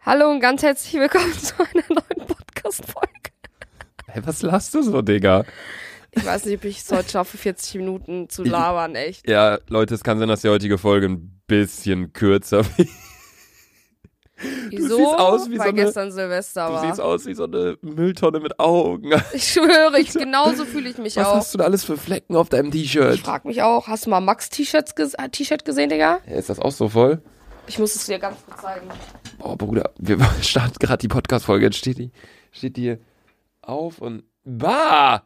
Hallo und ganz herzlich willkommen zu einer neuen Podcast-Folge. Hey, was lachst du so, Digga? Ich weiß nicht, ob ich es heute schaffe, 40 Minuten zu labern, echt. Ja, Leute, es kann sein, dass die heutige Folge ein bisschen kürzer wird. Wieso? siehst aus wie Weil so eine- gestern Silvester Du war. siehst aus wie so eine Mülltonne mit Augen. ich schwöre, ich, genauso fühle ich mich Was auch. hast du da alles für Flecken auf deinem Ich T-Shirt? frag mich auch, hast du mal Max T-Shirts ges äh, T-Shirt gesehen, Digga? Ja, ist das auch so voll? Ich muss es dir ganz kurz zeigen. Boah, Bruder, wir starten gerade die Podcast-Folge. Jetzt steht die, steht die hier auf und. Bah!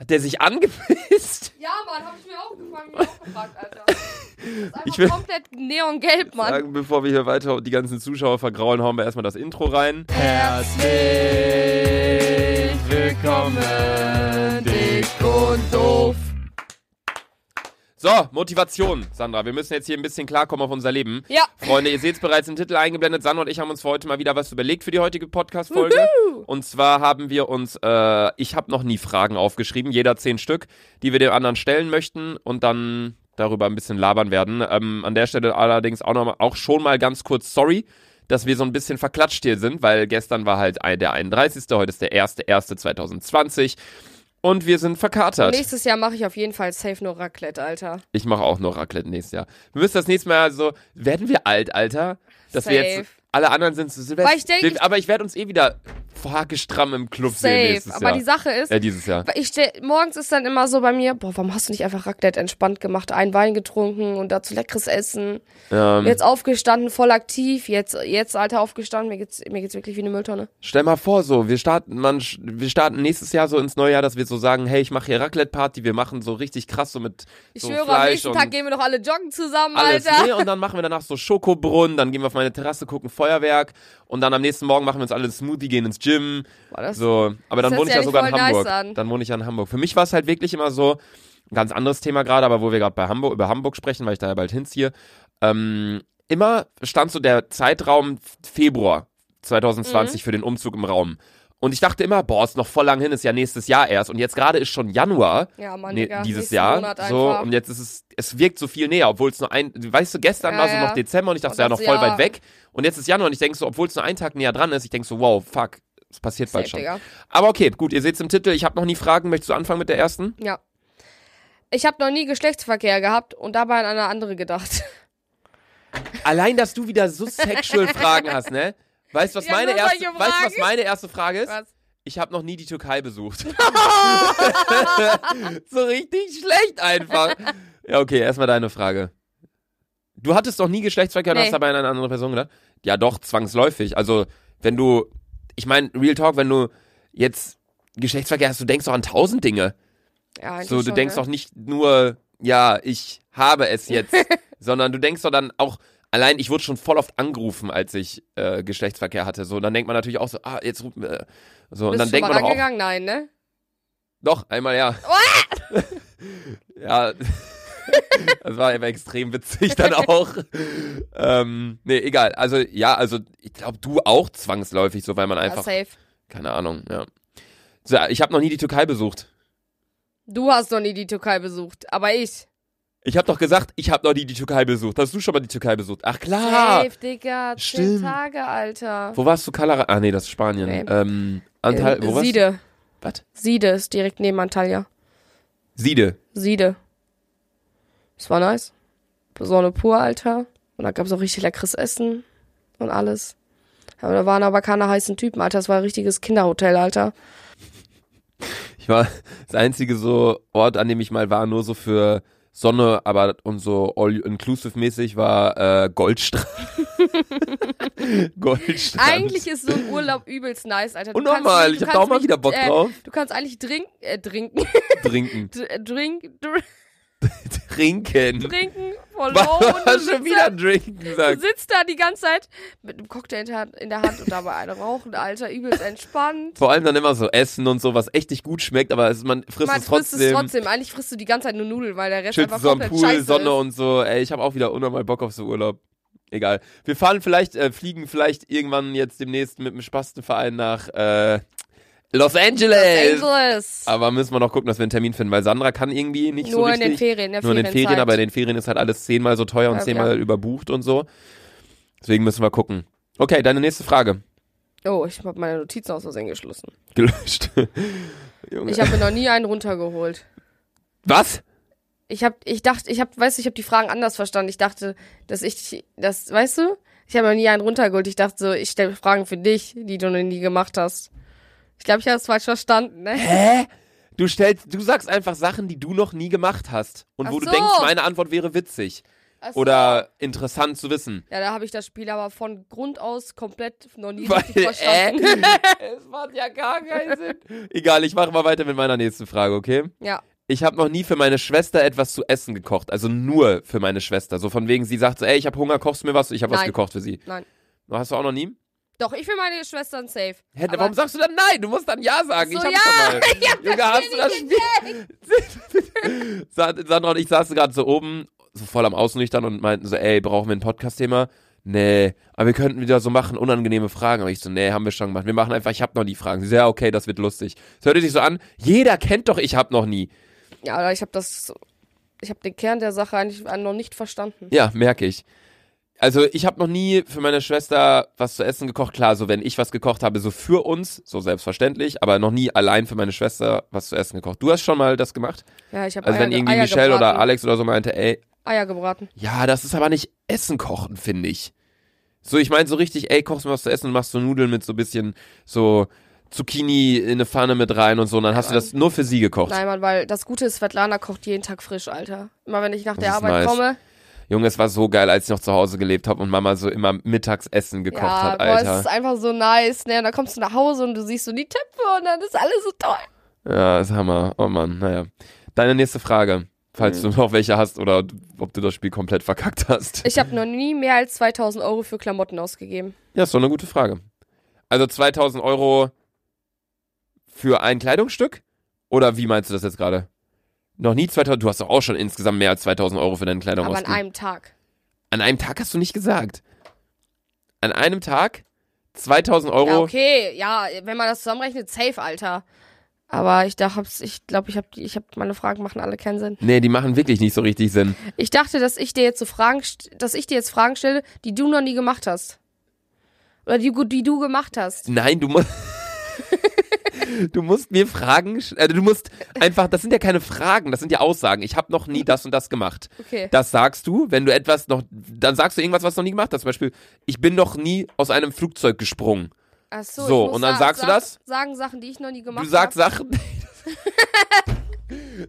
Hat der sich angepisst? Ja, Mann, hab ich mir auch gefragt, mich auch gefragt, Alter. Ist Ich will- komplett neongelb, Mann. Sagen, bevor wir hier weiter die ganzen Zuschauer vergrauen, hauen wir erstmal das Intro rein. Herzlich willkommen, dick und doof. So, Motivation, Sandra. Wir müssen jetzt hier ein bisschen klarkommen auf unser Leben. Ja. Freunde, ihr seht es bereits im Titel eingeblendet. Sandra und ich haben uns für heute mal wieder was überlegt für die heutige Podcast-Folge. Und zwar haben wir uns, äh, ich habe noch nie Fragen aufgeschrieben, jeder zehn Stück, die wir dem anderen stellen möchten und dann darüber ein bisschen labern werden. Ähm, an der Stelle allerdings auch, noch mal, auch schon mal ganz kurz sorry, dass wir so ein bisschen verklatscht hier sind, weil gestern war halt ein- der 31., heute ist der 1.1.2020 und wir sind verkatert. Nächstes Jahr mache ich auf jeden Fall safe nur Raclette, Alter. Ich mache auch noch Raclette nächstes Jahr. Wir müssen das nächste Mal so, werden wir alt, Alter? Dass wir Safe. jetzt, alle anderen sind zu Silvester. Weil ich denk, Wir- ich- aber ich werde uns eh wieder fahrgestramm im Club sehen Safe. nächstes Aber Jahr. die Sache ist, äh, dieses Jahr. weil ich stell, morgens ist dann immer so bei mir, boah, warum hast du nicht einfach Raclette entspannt gemacht, einen Wein getrunken und dazu leckeres Essen. Ähm, Jetzt aufgestanden, voll aktiv, jetzt, jetzt Alter, aufgestanden, mir geht's, mir geht's wirklich wie eine Mülltonne. Stell mal vor, so, wir starten, man, sch- wir starten nächstes Jahr so ins neue Jahr, dass wir so sagen, hey, ich mache hier Raclette-Party, wir machen so richtig krass so mit Ich so schwöre, am Fleisch nächsten und Tag gehen wir noch alle joggen zusammen, alles. Alter. Nee, und dann machen wir danach so Schokobrunnen, dann gehen wir auf meine Terrasse, gucken Feuerwerk und dann am nächsten Morgen machen wir uns alle einen Smoothie, gehen ins Gym. Boah, das- So, aber dann Das wohne hört ich ja sich sogar in eigentlich voll Hamburg. nice an. Dann wohne ich ja in Hamburg. Für mich war es halt wirklich immer so, ein ganz anderes Thema gerade, aber wo wir gerade bei Hamburg, über Hamburg sprechen, weil ich da ja bald hinziehe. Ähm, immer stand so der Zeitraum Februar Mhm. 2020 für den Umzug im Raum. Und ich dachte immer, boah, ist noch voll lang hin, ist ja nächstes Jahr erst. Und jetzt gerade ist schon Januar Ja, Mann, nee, Digga, dieses nächsten Jahr. Monat so, einfach. und jetzt ist es, es wirkt so viel näher, obwohl es nur ein, weißt du, gestern Ja, war so ja. noch Dezember und ich dachte, Und so, ja, noch das voll Jahr- weit weg. Und jetzt ist Januar und ich denke so, obwohl es nur einen Tag näher dran ist, ich denke so, wow, fuck, es passiert Safe, bald schon. Digga. Aber okay, gut, ihr seht es im Titel, ich habe noch nie Fragen. Möchtest du anfangen mit der ersten? Ja. Ich habe noch nie Geschlechtsverkehr gehabt und dabei an eine andere gedacht. Allein, dass du wieder so sexual Fragen hast, ne? Weißt du, was, Ja, meine nur erste, solche weißt, du, was Fragen. meine erste Frage ist? Was? Ich habe noch nie die Türkei besucht. so richtig schlecht einfach. Ja, okay, erstmal deine Frage. Du hattest doch nie Geschlechtsverkehr und Nee. hast dabei an eine andere Person gedacht? Ja, doch, zwangsläufig. Also, wenn du, ich meine, Real Talk, wenn du jetzt Geschlechtsverkehr hast, du denkst doch an tausend Dinge. Ja, eigentlich So, du schon, denkst ne? doch nicht nur, ja, ich habe es jetzt, sondern du denkst doch dann auch, allein ich wurde schon voll oft angerufen, als ich äh, Geschlechtsverkehr hatte. So, dann denkt man natürlich auch so, ah, jetzt ruft äh, so und Bist dann du denkt schon man mal doch auch, rangegangen? Nein, ne? doch einmal ja. ja, das war eben extrem witzig dann auch. ähm, nee, egal. Also ja, also ich glaube, du auch zwangsläufig, so weil man Ja, einfach, safe. keine Ahnung, ja. So, ich habe noch nie die Türkei besucht. Du hast noch nie die Türkei besucht, aber ich. Ich habe doch gesagt, ich habe noch nie die Türkei besucht. Hast du schon mal die Türkei besucht? Ach klar. Safe, Digga. Zehn Stimmt. Tage, Alter. Wo warst du? Kalara? Ah nee, das ist Spanien. Nee. Äh, Ähm, Antal wo warst du? Siede. Was? Siede ist direkt neben Antalya. Siede. Siede. Es war nice. Sonne pur, Alter. Und da gab's auch richtig leckeres Essen und alles. Aber da waren aber keine heißen Typen, Alter. Es war ein richtiges Kinderhotel, Alter. Ich war das einzige so Ort, an dem ich mal war, nur so für Sonne, aber und so all-inclusive-mäßig war äh, Goldstrand. Goldstrand. Eigentlich ist so ein Urlaub übelst nice, Alter. Du Und nochmal, kannst- ich du habe da auch kannst mal nicht, wieder Bock äh, drauf. Du kannst eigentlich trinken, äh, trinken, Trinken. dr- drink, dr Trinken. trinken, voll Was low und hast du du schon sitzt wieder trinken da- Du gesagt? sitzt da die ganze Zeit mit einem Cocktail in der Hand- in der Hand und dabei eine rauchen, Alter, übelst entspannt. Vor allem dann immer so Essen und so, was echt nicht gut schmeckt, aber es, man frisst Man es frisst trotzdem. es trotzdem. Eigentlich frisst du die ganze Zeit nur Nudeln, weil der Rest Chillst einfach so am komplett Pool, scheiße Sonne ist. und so. Ey, ich habe auch wieder unnormal Bock auf so Urlaub. Egal. Wir fahren vielleicht, äh, fliegen vielleicht irgendwann jetzt demnächst mit dem Spastenverein nach äh, Los, Angeles. Los Angeles. Aber müssen wir noch gucken, dass wir einen Termin finden, weil Sandra kann irgendwie nicht so Nur in richtig. den Ferien, der nur in den Ferien, Ferienzeit. aber in den Ferien ist halt alles zehnmal so teuer und Ja, zehnmal ja. überbucht und so. Deswegen müssen wir gucken. Okay, deine nächste Frage. Oh, ich habe meine Notizen aus Versehen geschlossen. Gelöscht. Junge. Ich habe mir noch nie einen runtergeholt. Was? Ich habe, ich dachte, ich habe, weißt du, ich habe die Fragen anders verstanden. Ich dachte, dass ich, das, weißt du, ich habe noch nie einen runtergeholt. Ich dachte so, ich stelle Fragen für dich, die du noch nie gemacht hast. Ich glaube, ich habe es falsch verstanden. Ne? Hä? Du stellst, du sagst einfach Sachen, die du noch nie gemacht hast und wo Ach du so. denkst, meine Antwort wäre witzig Ach so. oder interessant zu wissen. Ja, da habe ich das Spiel aber von Grund aus komplett noch nie Weil, richtig verstanden. äh, es macht ja gar keinen Sinn. Egal, ich mache mal weiter mit meiner nächsten Frage, okay? Ja. Ich habe noch nie für meine Schwester etwas zu essen gekocht, also nur für meine Schwester. So von wegen, sie sagt so, ey, ich habe Hunger, kochst du mir was? Ich habe was Nein. gekocht für sie. Nein. Hast du auch noch nie? Doch, ich will meine Schwestern safe. Hä, Aber- warum sagst du dann nein? Du musst dann ja Ach sagen. ich so, hab's ja. schon mal. Junge, hast du das Spiel? Sa- Sandra und ich saßen gerade so oben, so voll am Ausnüchtern und meinten so, ey, brauchen wir ein Podcast-Thema? Nee, aber wir könnten wieder so machen, unangenehme Fragen. Aber ich so, nee, haben wir schon gemacht. Wir machen einfach, ich hab noch nie Fragen. Sie so, ja, okay, das wird lustig. Es hörte sich so an, jeder kennt doch, ich hab noch nie. Ja, aber ich habe das, ich habe den Kern der Sache eigentlich noch nicht verstanden. Ja, merke ich. Also ich habe noch nie für meine Schwester was zu essen gekocht. Klar, so wenn ich was gekocht habe, so für uns, so selbstverständlich, aber noch nie allein für meine Schwester was zu essen gekocht. Du hast schon mal das gemacht? Ja, ich habe Also Eier, wenn irgendwie Eier Michelle gebraten. oder Alex oder so meinte, ey, Eier gebraten. ja, das ist aber nicht Essen kochen, finde ich. So, ich meine so richtig, ey, kochst mir was zu essen und machst so Nudeln mit so bisschen so Zucchini in eine Pfanne mit rein und so und dann hast du das nur für sie gekocht. Nein, Mann, weil das Gute ist, Svetlana kocht jeden Tag frisch, Alter. Immer wenn ich nach der ist Arbeit nice. komme, Junge, es war so geil, als ich noch zu Hause gelebt habe und Mama so immer Mittagsessen gekocht ja, hat, boah, es Alter. ist einfach so nice, ne? Und dann kommst du nach Hause und du siehst so die Töpfe und dann ist alles so toll. Ja, ist Hammer. Oh Mann, naja. Deine nächste Frage, falls du noch welche hast oder d- ob du das Spiel komplett verkackt hast. Mhm. Ich habe noch nie mehr als 2000 Euro für Klamotten ausgegeben. ja, ist doch eine gute Frage. Also 2000 Euro für ein Kleidungsstück? Oder wie meinst du das jetzt gerade? Noch nie 2000, du hast doch auch schon insgesamt mehr als 2000 Euro für deine Kleidung aber an ausgegeben. einem Tag. an einem Tag hast du nicht gesagt. An einem Tag 2000 Euro. Ja, okay, ja, wenn man das zusammenrechnet, safe, Alter. Aber ich dachte, ich glaube, ich habe ich hab, meine Fragen machen alle keinen Sinn. Nee, die machen wirklich nicht so richtig Sinn. Ich dachte, dass ich dir jetzt so Fragen, st- dass ich dir jetzt Fragen stelle, die du noch nie gemacht hast. Oder die, die du gemacht hast. Nein, du musst. du musst mir Fragen. sch- Also du musst einfach. Das sind ja keine Fragen, das sind ja Aussagen. Ich habe noch nie das und das gemacht. Okay. Das sagst du, wenn du etwas noch. Dann sagst du irgendwas, was du noch nie gemacht hast. Zum Beispiel, ich bin noch nie aus einem Flugzeug gesprungen. Ach so, So, ich muss und dann sa- sagst du sa- das? Sagen Sachen, die ich noch nie gemacht Du habe. sagst Sachen.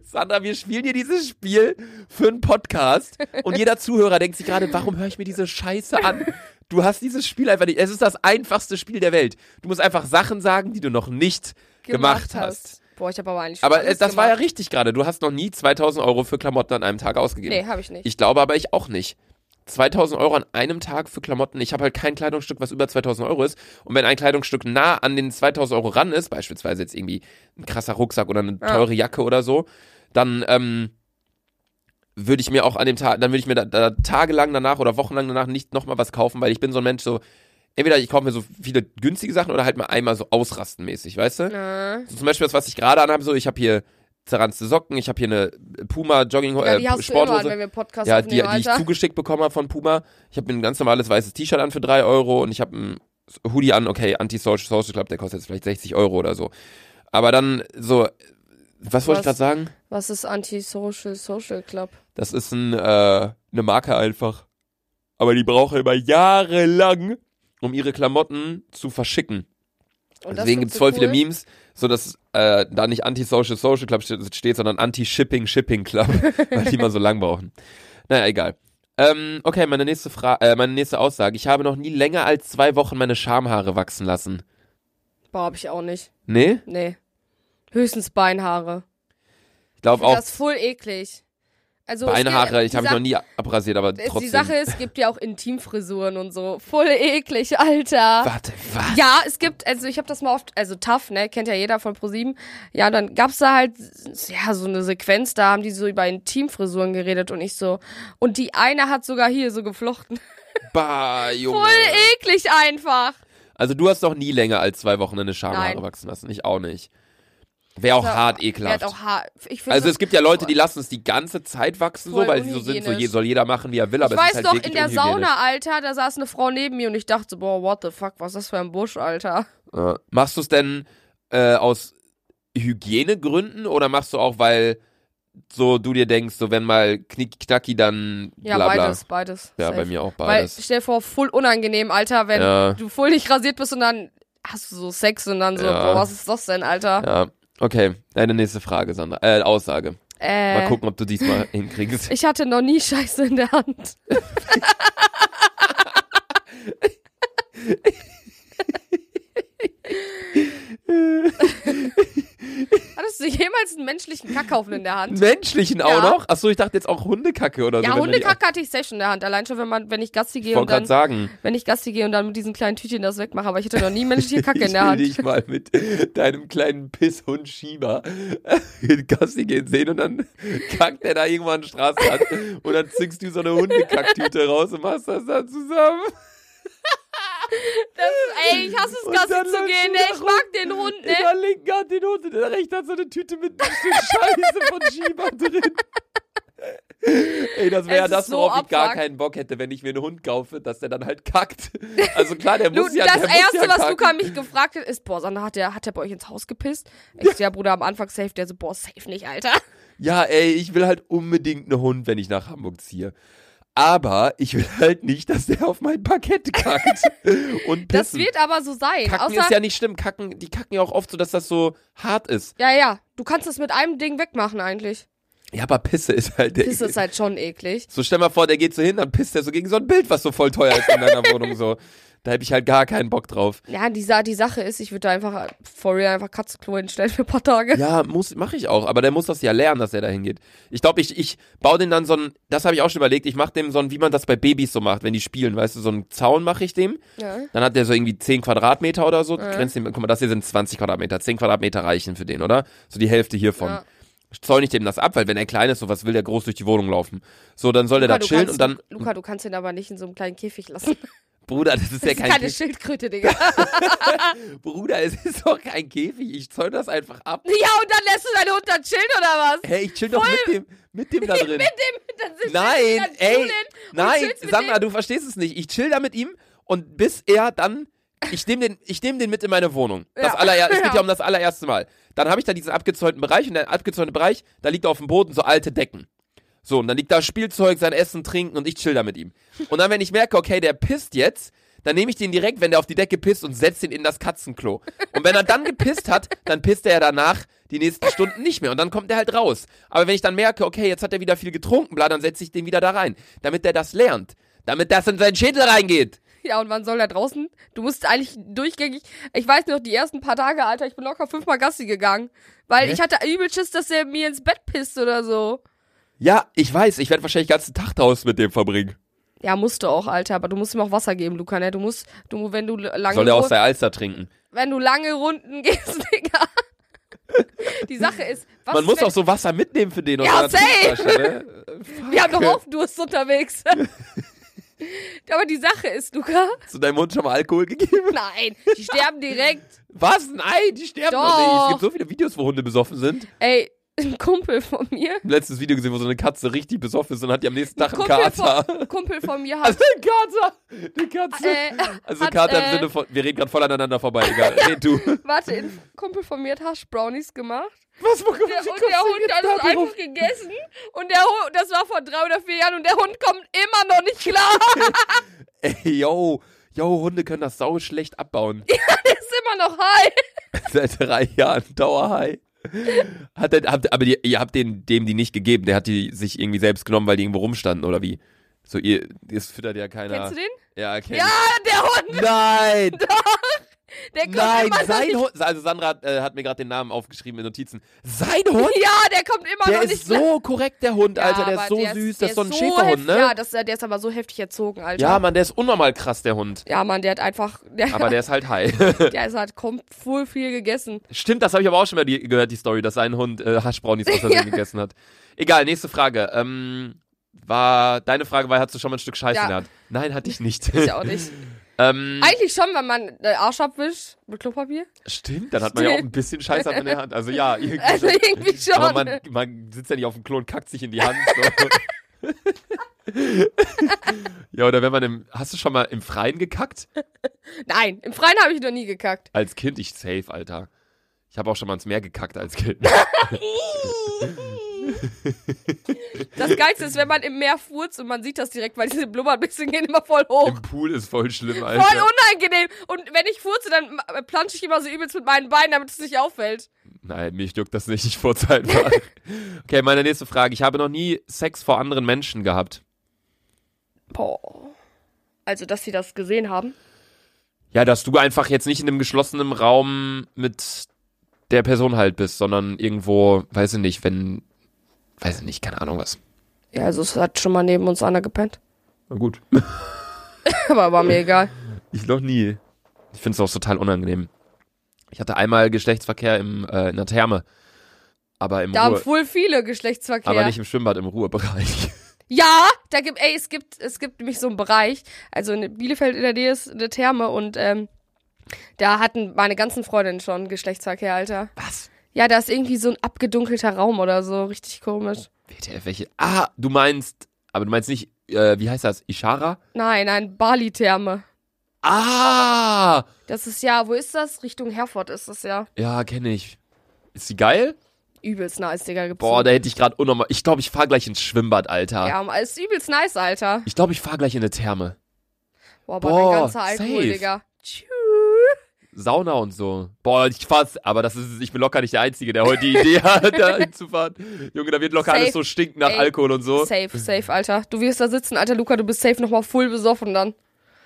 Sandra, wir spielen hier dieses Spiel für einen Podcast und jeder Zuhörer denkt sich gerade, warum höre ich mir diese Scheiße an? Du hast dieses Spiel einfach nicht. Es ist das einfachste Spiel der Welt. Du musst einfach Sachen sagen, die du noch nicht gemacht, hast. Boah, ich habe aber eigentlich. schon Aber alles äh, das war ja gemacht. richtig gerade. Du hast noch nie 2000 Euro für Klamotten an einem Tag ausgegeben. Nee, habe ich nicht. Ich glaube aber ich auch nicht. 2000 Euro an einem Tag für Klamotten. Ich habe halt kein Kleidungsstück, was über 2000 Euro ist. Und wenn ein Kleidungsstück nah an den 2000 Euro ran ist, beispielsweise jetzt irgendwie ein krasser Rucksack oder eine Ja. teure Jacke oder so, dann ähm, würde ich mir auch an dem Tag, dann würde ich mir da, da tagelang danach oder wochenlang danach nicht nochmal was kaufen, weil ich bin so ein Mensch, so entweder ich kaufe mir so viele günstige Sachen oder halt mal einmal so ausrastenmäßig, weißt du? Na. So zum Beispiel das, was ich gerade anhabe, so ich habe hier zerranzte Socken, ich habe hier eine Puma Jogging Ja, die äh, hast du immer an, Sporthose. wenn wir Podcast Ja, die, aufnehmen, die ich Alter. zugeschickt bekommen habe von Puma. Ich habe mir ein ganz normales weißes T-Shirt an für 3 Euro und ich habe ein Hoodie an, okay, Anti-Social Social Club, der kostet jetzt vielleicht 60 Euro oder so. Aber dann so, was wollte ich Was? gerade sagen? Was ist Antisocial Social Club? Das ist ein, äh, eine Marke einfach. Aber die brauchen immer jahrelang, um ihre Klamotten zu verschicken. Und das Also Deswegen gibt findest du es voll viele cool? Memes, so dass äh, da nicht Anti-Social Social Club steht, steht sondern Anti-Shipping Shipping Club, weil die immer so lang brauchen. Naja, egal. Ähm, okay, meine nächste Frage, äh, meine nächste Aussage. Ich habe noch nie länger als zwei Wochen meine Schamhaare wachsen lassen. Boah, hab ich auch nicht. Nee? Nee. Höchstens Beinhaare. Ich glaube auch das ist voll eklig. Also, es gibt- Beinhaare, ich die habe mich Sa- noch nie abrasiert, aber Es- trotzdem. Die Sache ist, es gibt ja auch Intimfrisuren und so. Voll eklig, Alter. Warte, was? Ja, es gibt, also ich habe das mal oft, also tough, ne, kennt ja jeder von ProSieben. Ja, dann gab's da halt ja so eine Sequenz, da haben die so über Intimfrisuren geredet und ich so und die eine hat sogar hier so geflochten. Bah, Junge. Voll e- eklig einfach. Also du hast noch nie länger als zwei Wochen eine Schamhaare Nein. wachsen lassen. Ich auch nicht. Wäre auch Ist hart Wäre halt ekelhaft. auch hart. Ich finde Also das- es gibt ja Leute, die lassen es die ganze Zeit wachsen, so, Voll weil sie so sind, so je, unhygienisch. soll jeder machen, wie er will, aber Ich es ist weiß halt doch, wirklich in der unhygienisch. Sauna, Alter, da saß eine Frau neben mir und ich dachte, so, boah, what the fuck, was ist das für ein Busch, Alter? Ja. Machst du es denn äh, aus Hygienegründen oder machst du auch, weil so du dir denkst, so wenn mal knick knacki dann Ja, bla bla. beides, beides. Ja, Safe. bei mir auch Weil, beides. stell dir vor, voll unangenehm, Alter, wenn Ja. du voll nicht rasiert bist und dann hast du so Sex und dann so, Ja. boah, was ist das denn, Alter? ja. Okay, deine nächste Frage, Sandra. Äh, Aussage. Äh, Mal gucken, ob du diesmal hinkriegst. Ich hatte noch nie Scheiße in der Hand. Hattest du jemals einen menschlichen Kackhaufen in der Hand? Menschlichen auch Ja. noch? Achso, ich dachte jetzt auch Hundekacke oder so. Ja, Also wenn man die- Hundekacke hatte ich safe schon in der Hand. Allein schon, wenn man, wenn ich Gassi Ich gehe und wollte gerade dann, sagen, wenn ich Gassi gehe und dann mit diesen kleinen Tütchen das wegmache. Aber ich hatte noch nie menschliche Kacke in ich der will Hand. dich mal mit deinem kleinen Pisshund Shiba in Gassi gehen sehen und dann kackt er da irgendwann an den Straßenrand und dann zückst du so eine Hundekacktüte raus und machst das dann zusammen. Ey, ich hasse es, Und Gassi dann zu läufst gehen. du Ne? da Ich rum. mag den Hund, ne? In der linken Hand den Hund und in der rechten hat so eine Tüte mit einem Stück Scheiße von Shiba drin. Ey, das wäre Es ja ist das, so worauf ich gar abfuck. keinen Bock hätte, wenn ich mir einen Hund kaufe, dass der dann halt kackt. Also klar, der Du, muss ja das der erste, muss ja was kacken. Luca mich gefragt hat, ist, boah, Sandra, hat der, hat der bei euch ins Haus gepisst? Ich so, ja, Bruder, am Anfang safe, der so, boah, safe nicht, Alter. Ja, ey, ich will halt unbedingt einen Hund, wenn ich nach Hamburg ziehe. Aber ich will halt nicht, dass der auf mein Parkett kackt. und pissen. Das wird aber so sein. kacken außer, ist ja nicht schlimm. Kacken, die kacken ja auch oft so, dass das so hart ist. ja, ja, du kannst das mit einem Ding wegmachen eigentlich. Ja, aber Pisse ist halt der. Piss ist halt schon eklig. so stell mal vor, der geht so hin, dann pisst er so gegen so ein Bild, was so voll teuer ist in deiner Wohnung so. Da hab ich halt gar keinen Bock drauf. Ja, die, Sa- die Sache ist, ich würde da einfach äh, for real einfach Katzenklo hinstellen für ein paar Tage. Ja, muss mache ich auch, aber der muss das ja lernen, dass er da hingeht. Ich glaube, ich ich baue den dann so ein, das habe ich auch schon überlegt, ich mache dem so ein, wie man das bei Babys so macht, wenn die spielen, weißt du, so einen Zaun mache ich dem Ja. Dann hat der so irgendwie 10 Quadratmeter oder so. Grenzt dem, guck mal, das hier sind 20 Quadratmeter. 10 Quadratmeter reichen für den, oder? So die Hälfte hiervon. Ja. Ich zäune ich dem das ab, weil wenn er klein ist, so was will der groß durch die Wohnung laufen. So, dann soll der Luca, da du chillen kannst, und dann, Luca, du kannst den aber nicht in so einem kleinen Käfig lassen. Bruder, das ist Das ja ist kein keine Käfig. Schildkröte, Digga. Bruder, es ist doch kein Käfig. Ich zäune das einfach ab. ja, und dann lässt du deinen Hund dann chillen oder was? Hey, ich chill doch mit dem, mit dem da drin. Mit dem, dann sitzt Nein, dann ey, chillen und nein, chillst mit Sandra, du verstehst es nicht. Ich chill da mit ihm und bis er dann, ich nehme den, ich nehm den mit in meine Wohnung. Das Ja. Aller, es geht ja Ja. um das allererste Mal. Dann habe ich da diesen abgezäunten Bereich und der abgezäunte Bereich, da liegt auf dem Boden so alte Decken. So, und dann liegt da Spielzeug, sein Essen, Trinken und ich chill da mit ihm. Und dann, wenn ich merke, okay, der pisst jetzt, dann nehme ich den direkt, wenn der auf die Decke pisst und setze ihn in das Katzenklo. Und wenn er dann gepisst hat, dann pisst er ja danach die nächsten Stunden nicht mehr und dann kommt er halt raus. Aber wenn ich dann merke, okay, jetzt hat er wieder viel getrunken, bla, dann setze ich den wieder da rein, damit der das lernt. Damit das in seinen Schädel reingeht. Ja, und wann soll er draußen? Du musst eigentlich durchgängig. Ich weiß noch, die ersten paar Tage, Alter, ich bin locker fünfmal Gassi gegangen. Weil Hä? ich hatte übel Schiss, dass er mir ins Bett pisst oder so. Ja, ich weiß, ich werde wahrscheinlich den ganzen Tag draußen mit dem verbringen. Ja, musst du auch, Alter, aber du musst ihm auch Wasser geben, Luca, ne? Du musst, du, wenn du lange, Soll er aus Ru- der Alster trinken. wenn du lange Runden gehst, Digga. Die Sache ist, was Man ist, muss wenn, auch so Wasser mitnehmen für den. aus Ja, seiner safe. Trinkflasche, ne? wir haben doch auch Durst unterwegs. aber die Sache ist, Luca, Zu deinem Hund schon mal Alkohol gegeben? nein, die sterben direkt. Was? Nein, die sterben doch, nicht. Es Doch. gibt so viele Videos, wo Hunde besoffen sind. Ey, ein Kumpel von mir, Ich hab ein letztes Video gesehen, wo so eine Katze richtig besoffen ist und hat die am nächsten Tag einen Kumpel Kater. von, Kumpel von mir hat, Also ein Kater. Eine Katze. äh, also hat, Kater im äh, Sinne von, wir reden gerade voll aneinander vorbei, egal. Red du. Warte, ein Kumpel von mir hat Haschbrownies gemacht. Was, wo kommt Der, und der Hund hat es einfach gegessen. Und der Hund, das war vor drei oder vier Jahren, und der Hund kommt immer noch nicht klar. Ey, yo. Yo, Hunde können das sau schlecht abbauen. Der ist immer noch high. Seit drei Jahren Dauerhai. Hat der, habt, aber die, ihr habt den, dem die nicht gegeben. Der hat die sich irgendwie selbst genommen, weil die irgendwo rumstanden, oder wie? So, ihr, es füttert ja keiner. Kennst du den? Ja, kenn Ja, der Hund, ich. Nein! der kommt Nein, immer noch sein nicht Hund. Also Sandra hat, äh, hat mir gerade den Namen aufgeschrieben in Notizen. Sein Hund? Ja, der kommt immer Der noch nicht ist klar. so korrekt, der Hund, Ja, Alter. Der ist aber so der süß. der Das ist so ein heftig- Schäferhund, Ja, ne? das, der ist aber so heftig erzogen, Alter. Ja, Mann, der ist unnormal krass, der Hund. Ja, Mann, der hat einfach, der, Aber der ist halt high. der ist halt kommt voll viel gegessen. Stimmt, das habe ich aber auch schon mal die, gehört, die Story, dass ein Hund äh, Haschbrownies aus Versehen gegessen hat. Egal, nächste Frage. Ähm, war, deine Frage war, hattest du schon mal ein Stück Scheiße Ja. in der Hand? Nein, hatte ich nicht. Ich auch nicht. Ähm, Eigentlich schon, wenn man äh, Arsch abwischt mit Klopapier. stimmt, dann hat man ja auch ein bisschen Scheiß an der Hand. Also ja, irgendwie Also schon. irgendwie schon. Aber man, man sitzt ja nicht auf dem Klo und kackt sich in die Hand. So. ja, oder wenn man im. Hast du schon mal im Freien gekackt? Nein, im Freien habe ich noch nie gekackt. Als Kind, ich safe, Alter. Ich habe auch schon mal ins Meer gekackt als Kind. Das Geilste ist, wenn man im Meer furzt und man sieht das direkt, weil diese Blubberbisschen gehen immer voll hoch. Im Pool ist voll schlimm, Alter. Voll unangenehm. Und wenn ich furze, dann ma- plansche ich immer so übelst mit meinen Beinen, damit es nicht auffällt. Nein, mich juckt das nicht, ich furze einfach. okay, meine nächste Frage. Ich habe noch nie Sex vor anderen Menschen gehabt. Boah. Also, dass sie das gesehen haben. Ja, dass du einfach jetzt nicht in einem geschlossenen Raum mit der Person halt bist, sondern irgendwo, weiß ich nicht, wenn, weiß ich nicht, keine Ahnung was. Ja, also es hat schon mal neben uns einer gepennt. Na gut. Aber war mir egal. Ich noch nie. Ich finde es auch total unangenehm. Ich hatte einmal Geschlechtsverkehr im, äh, in der Therme. Aber im Da haben Ruhe, wohl viele Geschlechtsverkehr. aber nicht im Schwimmbad, im Ruhebereich. Ja, da gibt, ey, es gibt, es gibt nämlich so einen Bereich, also in Bielefeld in der Nähe ist eine Therme und ähm, da hatten meine ganzen Freundinnen schon Geschlechtsverkehr, Alter. Was? Ja, da ist irgendwie so ein abgedunkelter Raum oder so, richtig komisch. WTF, welche? Ah, du meinst, aber du meinst nicht, äh, wie heißt das? Ishara? Nein, nein, Bali-Therme. Ah! Das ist ja, wo ist das? Richtung Herford ist das ja. Ja, kenne ich. Ist die geil? Übelst nice, Digga. Gibt's Boah, so- da hätte ich gerade unnormal. Ich glaube, ich fahr gleich ins Schwimmbad, Alter. ja, ist übelst nice, Alter. Ich glaube, ich fahr gleich in eine Therme. Boah, aber Boah, mein ganzer Alkohol, safe. Digga. Tschüss. Sauna und so. Boah, ich fahr's, aber das ist, ich bin locker nicht der Einzige, der heute die Idee hat, da hinzufahren. Junge, da wird locker Safe. alles so stinken nach Ey, Alkohol und so. Safe, safe, Alter. Du wirst da sitzen, Alter Luca, du bist safe nochmal voll besoffen dann.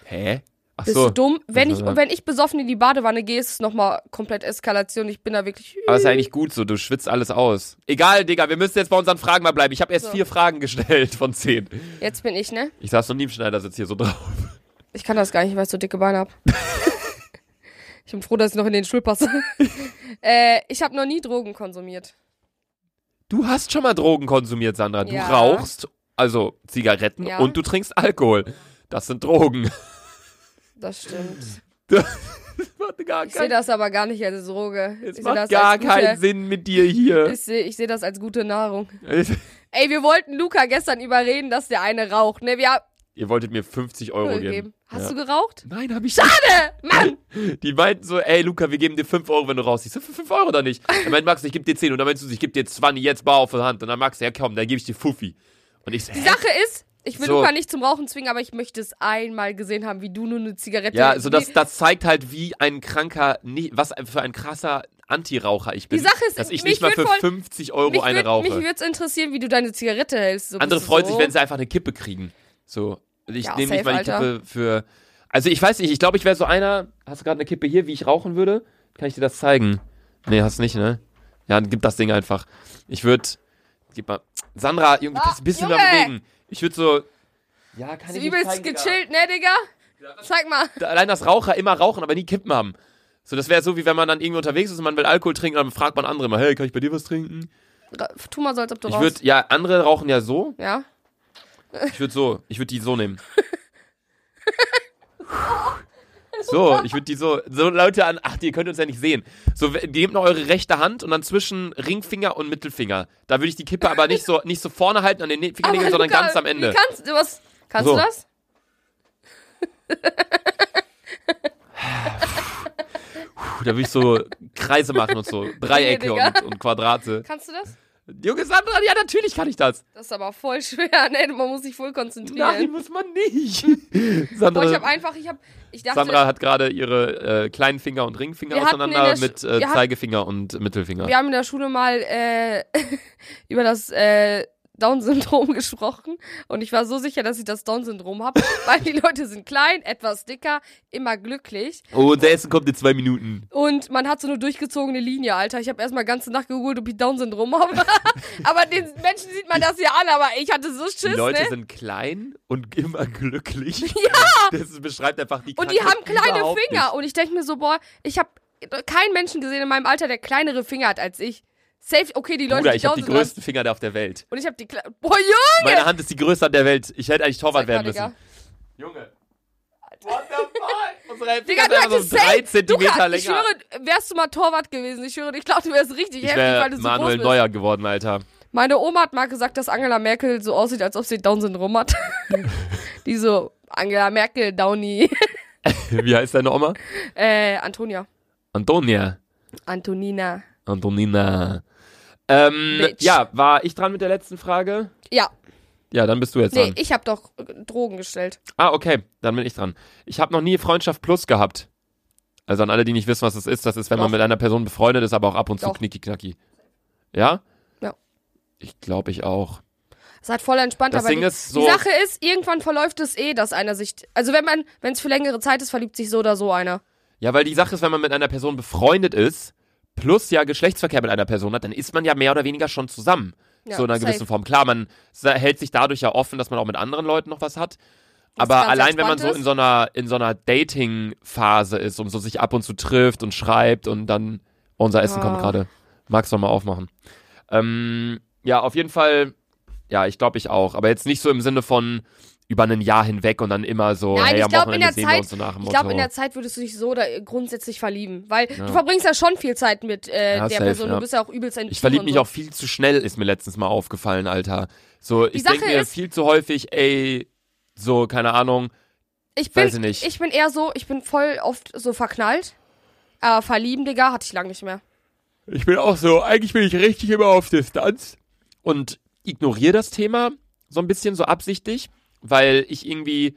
Hä? Ach Bist so. du dumm? Wenn ich, Also, ja. wenn ich besoffen in die Badewanne gehe, ist es nochmal komplett Eskalation. Ich bin da wirklich. Aber ist ja eigentlich gut so, du schwitzt alles aus. Egal, Digga, wir müssen jetzt bei unseren Fragen mal bleiben. Ich habe erst So. vier Fragen gestellt von zehn. Jetzt bin ich, ne? Ich saß noch nie im Schneidersitz hier so drauf. Ich kann das gar nicht, weil ich so dicke Beine hab. ich bin froh, dass ich noch in den Stuhl passe. äh, ich habe noch nie Drogen konsumiert. Du hast schon mal Drogen konsumiert, Sandra. Du Ja. rauchst, also Zigaretten Ja. und du trinkst Alkohol. Das sind Drogen. Das Hm. stimmt. Das macht gar, Ich sehe das aber gar nicht als Droge. es ich sehe macht das gar als gute, keinen Sinn mit dir hier. Ich sehe ich seh das als gute Nahrung. Ey, wir wollten Luca gestern überreden, dass der eine raucht. Ne, wir haben Ihr wolltet mir 50 Euro Null geben. gegeben. Hast ja. du geraucht? Nein, hab ich Äh, Mann! nicht. Die meinten so, ey Luca, wir geben dir 5 Euro, wenn du rausziehst. Für 5 Euro oder nicht? Dann meint Max, ich geb dir 10. Und dann meinst du, ich geb dir 20 jetzt bar auf der Hand. Und dann Max, ja komm, dann gebe ich dir Fuffi. Und ich so, Die hä? Sache ist, ich will So. Luca nicht zum Rauchen zwingen, aber ich möchte es einmal gesehen haben, wie du nur eine Zigarette. Ja, so das, das zeigt halt, wie ein kranker, nie- was für ein krasser Antiraucher ich bin. Die Sache ist, dass ich mich nicht mal würd für voll- 50 Euro mich eine würd- Mich rauche. würde es interessieren, wie du deine Zigarette hältst. So Andere bist du freuen so. sich, wenn sie einfach eine Kippe kriegen. So. Ich Ja, nehme safe, nicht meine Alter. Kippe für. Also ich weiß nicht, ich glaube, ich wäre so einer. Hast du gerade eine Kippe hier, wie ich rauchen würde? Kann ich dir das zeigen? Nee, hast nicht, ne? Ja, dann gib das Ding einfach. Ich würde. Gib mal. Sandra, Junge, du kannst ein bisschen mehr Ah, Junge! bewegen. Ich würde so. Ja, kann Ist ich nicht übelst zeigen, Digga. gechillt, ne, Digga? Zeig mal. Da- allein das Raucher immer rauchen, aber nie Kippen haben. So, das wäre so, wie wenn man dann irgendwie unterwegs ist und man will Alkohol trinken, dann fragt man andere mal, hey, kann ich bei dir was trinken? Ra- Tu mal so, als ob du Ich rauchst. würde, ja, andere rauchen ja so. Ja? Ich würde so, ich würde die so nehmen. So, ich würde die so, so Leute an, ach, ihr könnt uns ja nicht sehen. So, we- nehmt noch eure rechte Hand und dann zwischen Ringfinger und Mittelfinger. Da würde ich die Kippe aber nicht so, nicht so vorne halten an den Fingernägeln, sondern Luca, ganz am wie Ende. Kannst, du was, kannst So. du das? Puh, da würde ich so Kreise machen und so, Dreiecke Digga. und, und Quadrate. Kannst du das? Junge Sandra, ja, natürlich kann ich das. Das ist aber voll schwer, ne? Man muss sich voll konzentrieren. Nein, muss man nicht. Boah, ich hab Sandra, einfach, ich hab, ich dachte, Sandra hat gerade ihre äh, kleinen Finger und Ringfinger Wir hatten in auseinander der mit Sch- äh, wir hatten- Zeigefinger und Mittelfinger. wir haben in der Schule mal äh, über das äh, Down-Syndrom gesprochen und ich war so sicher, dass ich das Down-Syndrom habe, weil die Leute sind klein, etwas dicker, immer glücklich Oh, unser Essen kommt in zwei Minuten. und man hat so eine durchgezogene Linie, Alter. Ich habe erstmal ganze Nacht gegoogelt, ob ich Down-Syndrom habe. aber den Menschen sieht man das ja an, aber ich hatte so Schiss, Die Leute ne? sind klein und immer glücklich. Ja! Das beschreibt einfach die Und die Krankheit haben kleine überhaupt Finger. Oh, Und ich denke mir so, boah, ich habe keinen Menschen gesehen in meinem Alter, der kleinere Finger hat als ich. Safe, okay, die Nicht. Leute, Bruder, die ich habe die Down-Syndrom haben. größten Finger da auf der Welt. Und ich habe die Kle Boah, Junge! Meine Hand ist die größte an der Welt. Ich hätte eigentlich Torwart Zeig mal, werden müssen. Digga. Junge. What the fuck? Unsere Hälfte Digga, du ist einfach hättest so drei safe- Zentimeter Lukas, ich länger. schwöre, wärst du mal Torwart gewesen, ich schwöre, ich glaube, du wärst richtig Ich heftig, weil wäre du so Manuel groß bist. Neuer geworden, Alter. Meine Oma hat mal gesagt, dass Angela Merkel so aussieht, als ob sie Down-Syndrom hat. Die so, Angela Merkel, Downy. Wie heißt deine Oma? Äh, Antonia. Antonia. Antonina. Antonina. Ähm, Bitch. ja, war ich dran mit der letzten Frage? Ja, Ja, dann bist du jetzt nee, dran. ich habe doch äh, Drogen gestellt. Ah, okay, dann bin ich dran. Ich habe noch nie Freundschaft Plus gehabt. Also an alle, die nicht wissen, was das ist, das ist, wenn man Doch. mit einer Person befreundet ist, aber auch ab und zu Doch. knicki-knacki. Ja? Ja. Ich glaube, ich auch. Es hat voll entspannt, Das aber Ding die, ist so- die Sache ist, irgendwann verläuft es eh, dass einer sich, also wenn man, wenn es für längere Zeit ist, verliebt sich so oder so einer. Ja, weil die Sache ist, wenn man mit einer Person befreundet ist, plus ja Geschlechtsverkehr mit einer Person hat, dann ist man ja mehr oder weniger schon zusammen. Ja, so in einer safe. gewissen Form. Klar, man sa- hält sich dadurch ja offen, dass man auch mit anderen Leuten noch was hat. Was Aber ganz allein, wenn man entspannt so ist. in so einer, in so einer Dating-Phase ist und so sich ab und zu trifft und schreibt und dann oh, unser Essen Ah. kommt gerade. Magst du noch mal aufmachen? Ähm, ja, auf jeden Fall, ja, ich glaube ich auch. Aber jetzt nicht so im Sinne von über ein Jahr hinweg und dann immer so, Nein, hey, ich am glaub, in Wochenende der sehen wir Zeit- uns so nach dem Ich glaube, Motto. in der Zeit würdest du dich so oder grundsätzlich verlieben, weil Ja. du verbringst ja schon viel Zeit mit äh, Ja, der safe, Person. ja. Du bist ja auch übelst ein Ich Team verlieb und mich so. auch viel zu schnell, ist mir letztens mal aufgefallen, Alter. So, ich Sache denke mir ist- viel zu häufig, ey, so, keine Ahnung. Ich bin, Weiß ich nicht. bin eher so, ich bin voll oft so verknallt. Aber verlieben, Digga, hatte ich lange nicht mehr. Ich bin auch so, eigentlich bin ich richtig immer auf Distanz und ignoriere das Thema so ein bisschen so absichtlich, weil ich irgendwie,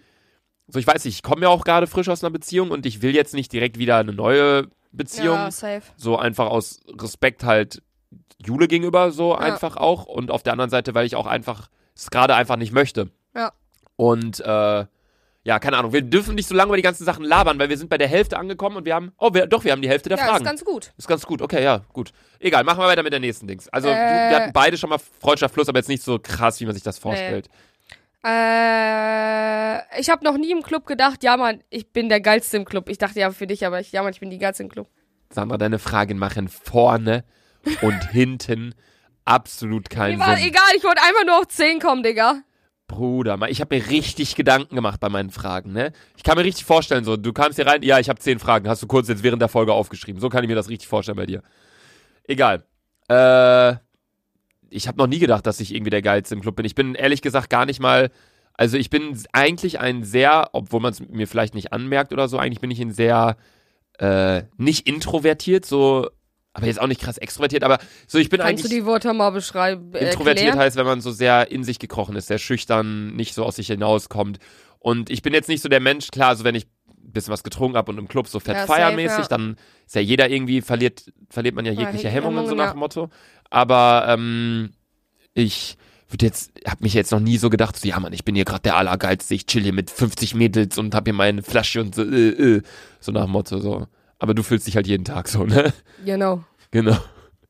so ich weiß nicht, ich komme ja auch gerade frisch aus einer Beziehung und ich will jetzt nicht direkt wieder eine neue Beziehung. Ja, safe. So einfach aus Respekt halt Jule gegenüber so einfach auch. Und auf der anderen Seite, weil ich auch einfach es gerade einfach nicht möchte. Ja. Und äh, ja, keine Ahnung. Wir dürfen nicht so lange über die ganzen Sachen labern, weil wir sind bei der Hälfte angekommen und wir haben. Oh, wir, doch, wir haben die Hälfte der ja, Fragen. ist ganz gut. Ist ganz gut, okay, ja, gut. Egal, machen wir weiter mit der nächsten Dings. Also, du, Äh. wir hatten beide schon mal Freundschaft plus, aber jetzt nicht so krass, wie man sich das vorstellt. Äh, ich habe noch nie im Club gedacht, ja, Mann, ich bin der Geilste im Club. Ich dachte ja für dich, aber ich, ja, Mann, ich bin die Geilste im Club. Sandra, deine Fragen machen vorne und hinten absolut Mir keinen war Sinn. egal, ich wollte einfach nur auf 10 kommen, Digga. Bruder, Mann, ich habe mir richtig Gedanken gemacht bei meinen Fragen, ne? Ich kann mir richtig vorstellen, so, du kamst hier rein, ja, ich habe zehn Fragen, hast du kurz jetzt während der Folge aufgeschrieben. So kann ich mir das richtig vorstellen bei dir. Egal. Äh, ich habe noch nie gedacht, dass ich irgendwie der Geilste im Club bin. Ich bin ehrlich gesagt gar nicht mal, also ich bin eigentlich ein sehr, obwohl man es mir vielleicht nicht anmerkt oder so, eigentlich bin ich ein sehr, äh, nicht introvertiert, so, aber jetzt auch nicht krass extrovertiert, aber so, ich bin Kannst du eigentlich... die Wörter mal beschreiben? äh, Introvertiert erklären? heißt, wenn man so sehr in sich gekrochen ist, sehr schüchtern, nicht so aus sich hinauskommt. Und ich bin jetzt nicht so der Mensch, klar, so wenn ich ein bisschen was getrunken habe und im Club so fett Ja, safe, feiermäßig, ja. dann ist ja jeder irgendwie, verliert, verliert man ja Ja, jegliche jegliche Hemmungen, so Hemmungen, nach ja. dem Motto. Aber ähm, ich würde jetzt, habe mich jetzt noch nie so gedacht, so, ja Mann, ich bin hier gerade der Allergeilste, ich chill hier mit 50 Mädels und habe hier meine Flasche und so, äh, äh, so nach dem Motto, so. Aber du fühlst dich halt jeden Tag so, ne? Genau. Genau.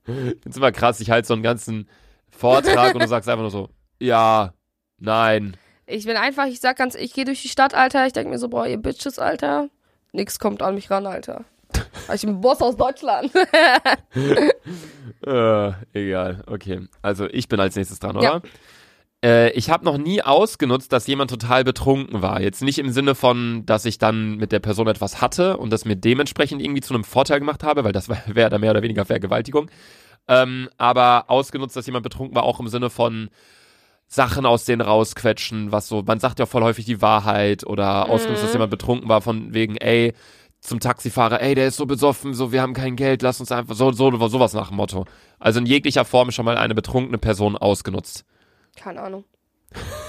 Ich find's immer krass, ich halte so einen ganzen Vortrag und du sagst einfach nur so, ja, nein. Ich bin einfach, ich sag ganz, ich gehe durch die Stadt, Alter. Ich denk mir so, boah, ihr Bitches, Alter. Nix kommt an mich ran, Alter. Weil Ich bin Boss aus Deutschland. Äh, egal, okay. Also ich bin als nächstes dran, oder? Äh, ich habe noch nie ausgenutzt, dass jemand total betrunken war. Jetzt nicht im Sinne von, dass ich dann mit der Person etwas hatte und das mir dementsprechend irgendwie zu einem Vorteil gemacht habe, weil das wäre dann mehr oder weniger Vergewaltigung. Ähm, aber ausgenutzt, dass jemand betrunken war, auch im Sinne von Sachen aus denen rausquetschen, was so, man sagt ja voll häufig die Wahrheit oder ausgenutzt, dass jemand betrunken war, von wegen, ey, zum Taxifahrer, ey, der ist so besoffen, so, wir haben kein Geld, lass uns einfach, so, so, sowas nach dem Motto. Also in jeglicher Form schon mal eine betrunkene Person ausgenutzt. Keine Ahnung.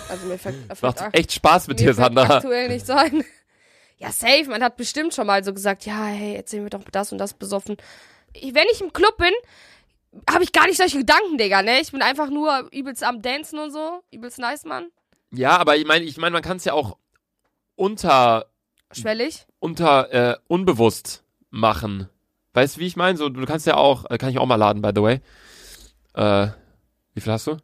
Also mir fällt, fällt Macht echt Spaß mit dir, mir fällt Sandra. halt aktuell nicht so ein. Ja, safe. Man hat bestimmt schon mal so gesagt, ja, hey, erzähl mir doch das und das besoffen. Ich, wenn ich im Club bin, habe ich gar nicht solche Gedanken, Digga, ne? Ich bin einfach nur übelst am Dancen und so. Übelst nice, Mann. Ja, aber ich meine, ich meine, man kann es ja auch unter, Schwellig. unter, äh, unbewusst machen. Weißt du, wie ich meine? So, du kannst ja auch, äh, kann ich auch mal laden, by the way. Äh, wie viel hast du?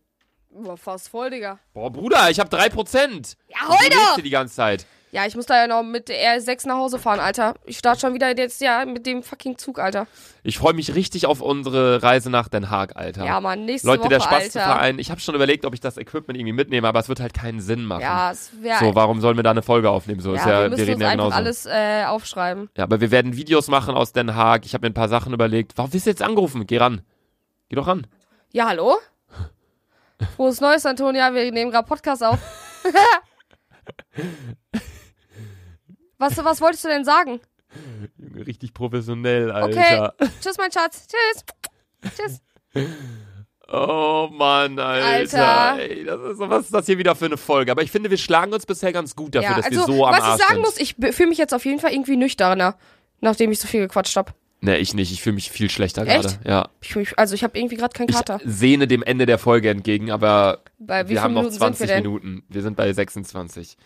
Boah, fast voll, Digga. Boah, Bruder, ich habe 3%. Ja, Und hol du redest doch! hier die ganze Zeit. Ja, ich muss da ja noch mit der R6 nach Hause fahren, Alter. Ich starte schon wieder jetzt ja mit dem fucking Zug, Alter. Ich freue mich richtig auf unsere Reise nach Den Haag, Alter. Ja, Mann, nächste Leute, Woche, der Alter. Spastenverein. Ich habe schon überlegt, ob ich das Equipment irgendwie mitnehme, aber es wird halt keinen Sinn machen. Ja, es wäre So, warum sollen wir da eine Folge aufnehmen? So ist ja, ja, wir müssen reden uns ja einfach genauso. alles äh, aufschreiben. Ja, aber wir werden Videos machen aus Den Haag. Ich habe mir ein paar Sachen überlegt. Warum bist du jetzt angerufen? Geh ran. Geh doch ran. Ja, hallo? Frohes Neues, Antonia. Wir nehmen gerade Podcast auf. was, was wolltest du denn sagen? Junge, richtig professionell, Okay. Alter. Tschüss, mein Schatz. Tschüss. Tschüss. Oh Mann, Alter. Alter. Ey, das ist, was ist das hier wieder für eine Folge? Aber ich finde, wir schlagen uns bisher ganz gut dafür, ja, dass also, wir so am was Arsch ich sagen sind. muss, ich fühle mich jetzt auf jeden Fall irgendwie nüchterner, nachdem ich so viel gequatscht habe. nee, Ne, ich nicht. Ich fühle mich viel schlechter Echt? gerade. Ja. Ich, fühl mich- also, ich habe irgendwie gerade keinen Ich Kater. sehne dem Ende der Folge entgegen, aber Bei wie wir vielen haben noch Minuten sind wir 20 denn? Minuten. Wir sind bei 26.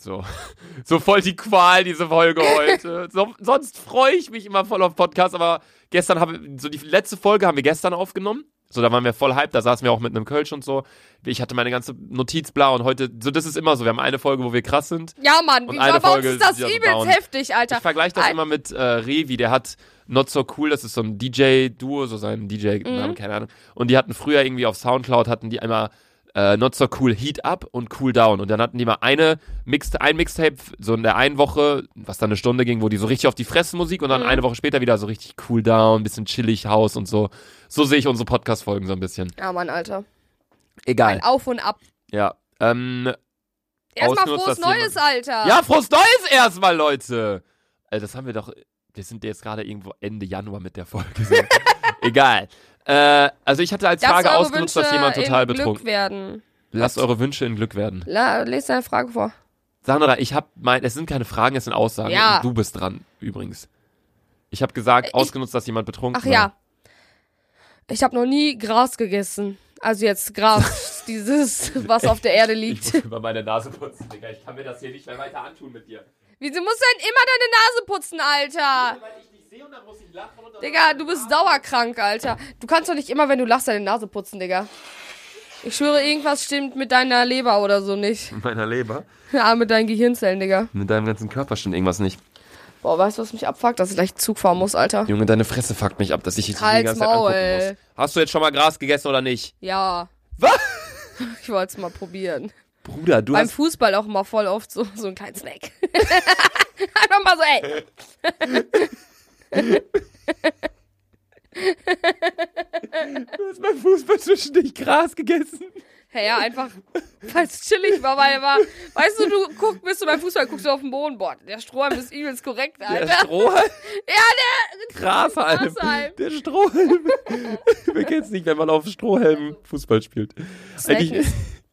So. so voll die Qual, diese Folge heute. so, sonst freue ich mich immer voll auf Podcasts, aber gestern haben so die letzte Folge haben wir gestern aufgenommen. So, da waren wir voll hype, da saßen wir auch mit einem Kölsch und so. Ich hatte meine ganze Notiz blau und heute, so das ist immer so. Wir haben eine Folge, wo wir krass sind. Ja, Mann, Und wie, eine bei uns Folge ist das ist ja so übelst down. heftig, Alter. Ich vergleiche das Al- immer mit äh, Revi, der hat Not So Cool, das ist so ein DJ-Duo, so sein Mhm. DJ-Namen, keine Ahnung. Und die hatten früher irgendwie auf Soundcloud, hatten die einmal äh, Not So Cool Heat Up und Cool Down. Und dann hatten die mal eine Mix ein Mixtape, so in der einen Woche, was dann eine Stunde ging, wo die so richtig auf die Fresse Musik und dann Mhm. eine Woche später wieder so richtig Cool Down, bisschen chillig House und so. So sehe ich unsere Podcast-Folgen so ein bisschen. Ja, Mann, Alter. Egal. Auf und ab. Ja. Ähm, Erstmal Ausnutzt, frohes dass jemand- Neues, Alter. Ja, frohes Neues erstmal, Leute. Also das haben wir doch. Wir sind jetzt gerade irgendwo Ende Januar mit der Folge. So. Egal. Äh, also ich hatte als Lasst Frage eure ausgenutzt, dass Wünsche jemand total in Glück betrunken. werden. Lasst eure Wünsche in Glück werden. La, lest deine Frage vor. Sandra, ich habe mein, es sind keine Fragen, es sind Aussagen. Ja. Äh, Und Du bist dran übrigens. Ich habe gesagt, ich- ausgenutzt, dass jemand betrunken Ach ja. Ich habe noch nie Gras gegessen. Also jetzt Gras, dieses, was auf der Erde Ich muss liegt. über meine Nase putzen, Digga. Ich kann mir das hier nicht mehr weiter antun mit dir. Wieso musst du denn immer deine Nase putzen, Alter? Weil ich dich sehe und dann muss ich lachen und dann Digga, du bist dauerkrank, Alter. Du kannst doch nicht immer, wenn du lachst, deine Nase putzen, Digga. Ich schwöre, irgendwas stimmt mit deiner Leber oder so nicht. mit meiner Leber, Ja, mit deinen Gehirnzellen, Digga. mit deinem ganzen Körper stimmt irgendwas nicht. Boah, weißt du, was mich abfuckt? Dass ich gleich Zug fahren muss, Alter. Junge, deine Fresse fuckt mich ab, dass ich dich die Halt's ganze Zeit Maul. angucken muss. Hast du jetzt schon mal Gras gegessen oder nicht? Ja. Was? Ich wollte es mal probieren. Bruder, du Beim hast, Fußball auch mal voll oft so, so ein kleinen Snack. Einfach mal so, ey. du hast beim Fußball zwischen dich Gras gegessen. Hey, ja, einfach, weil es chillig war, weil war, weißt du, du guck, bist du beim Fußball, guckst du auf den Boden, boah, der Strohhalm ist übelst korrekt, Der Alter. Strohhalm. Ja, Grashalm. Grashalm. Der Strohhalm. Wer kennt's nicht, wenn man auf Strohhelm Fußball spielt? Eigentlich,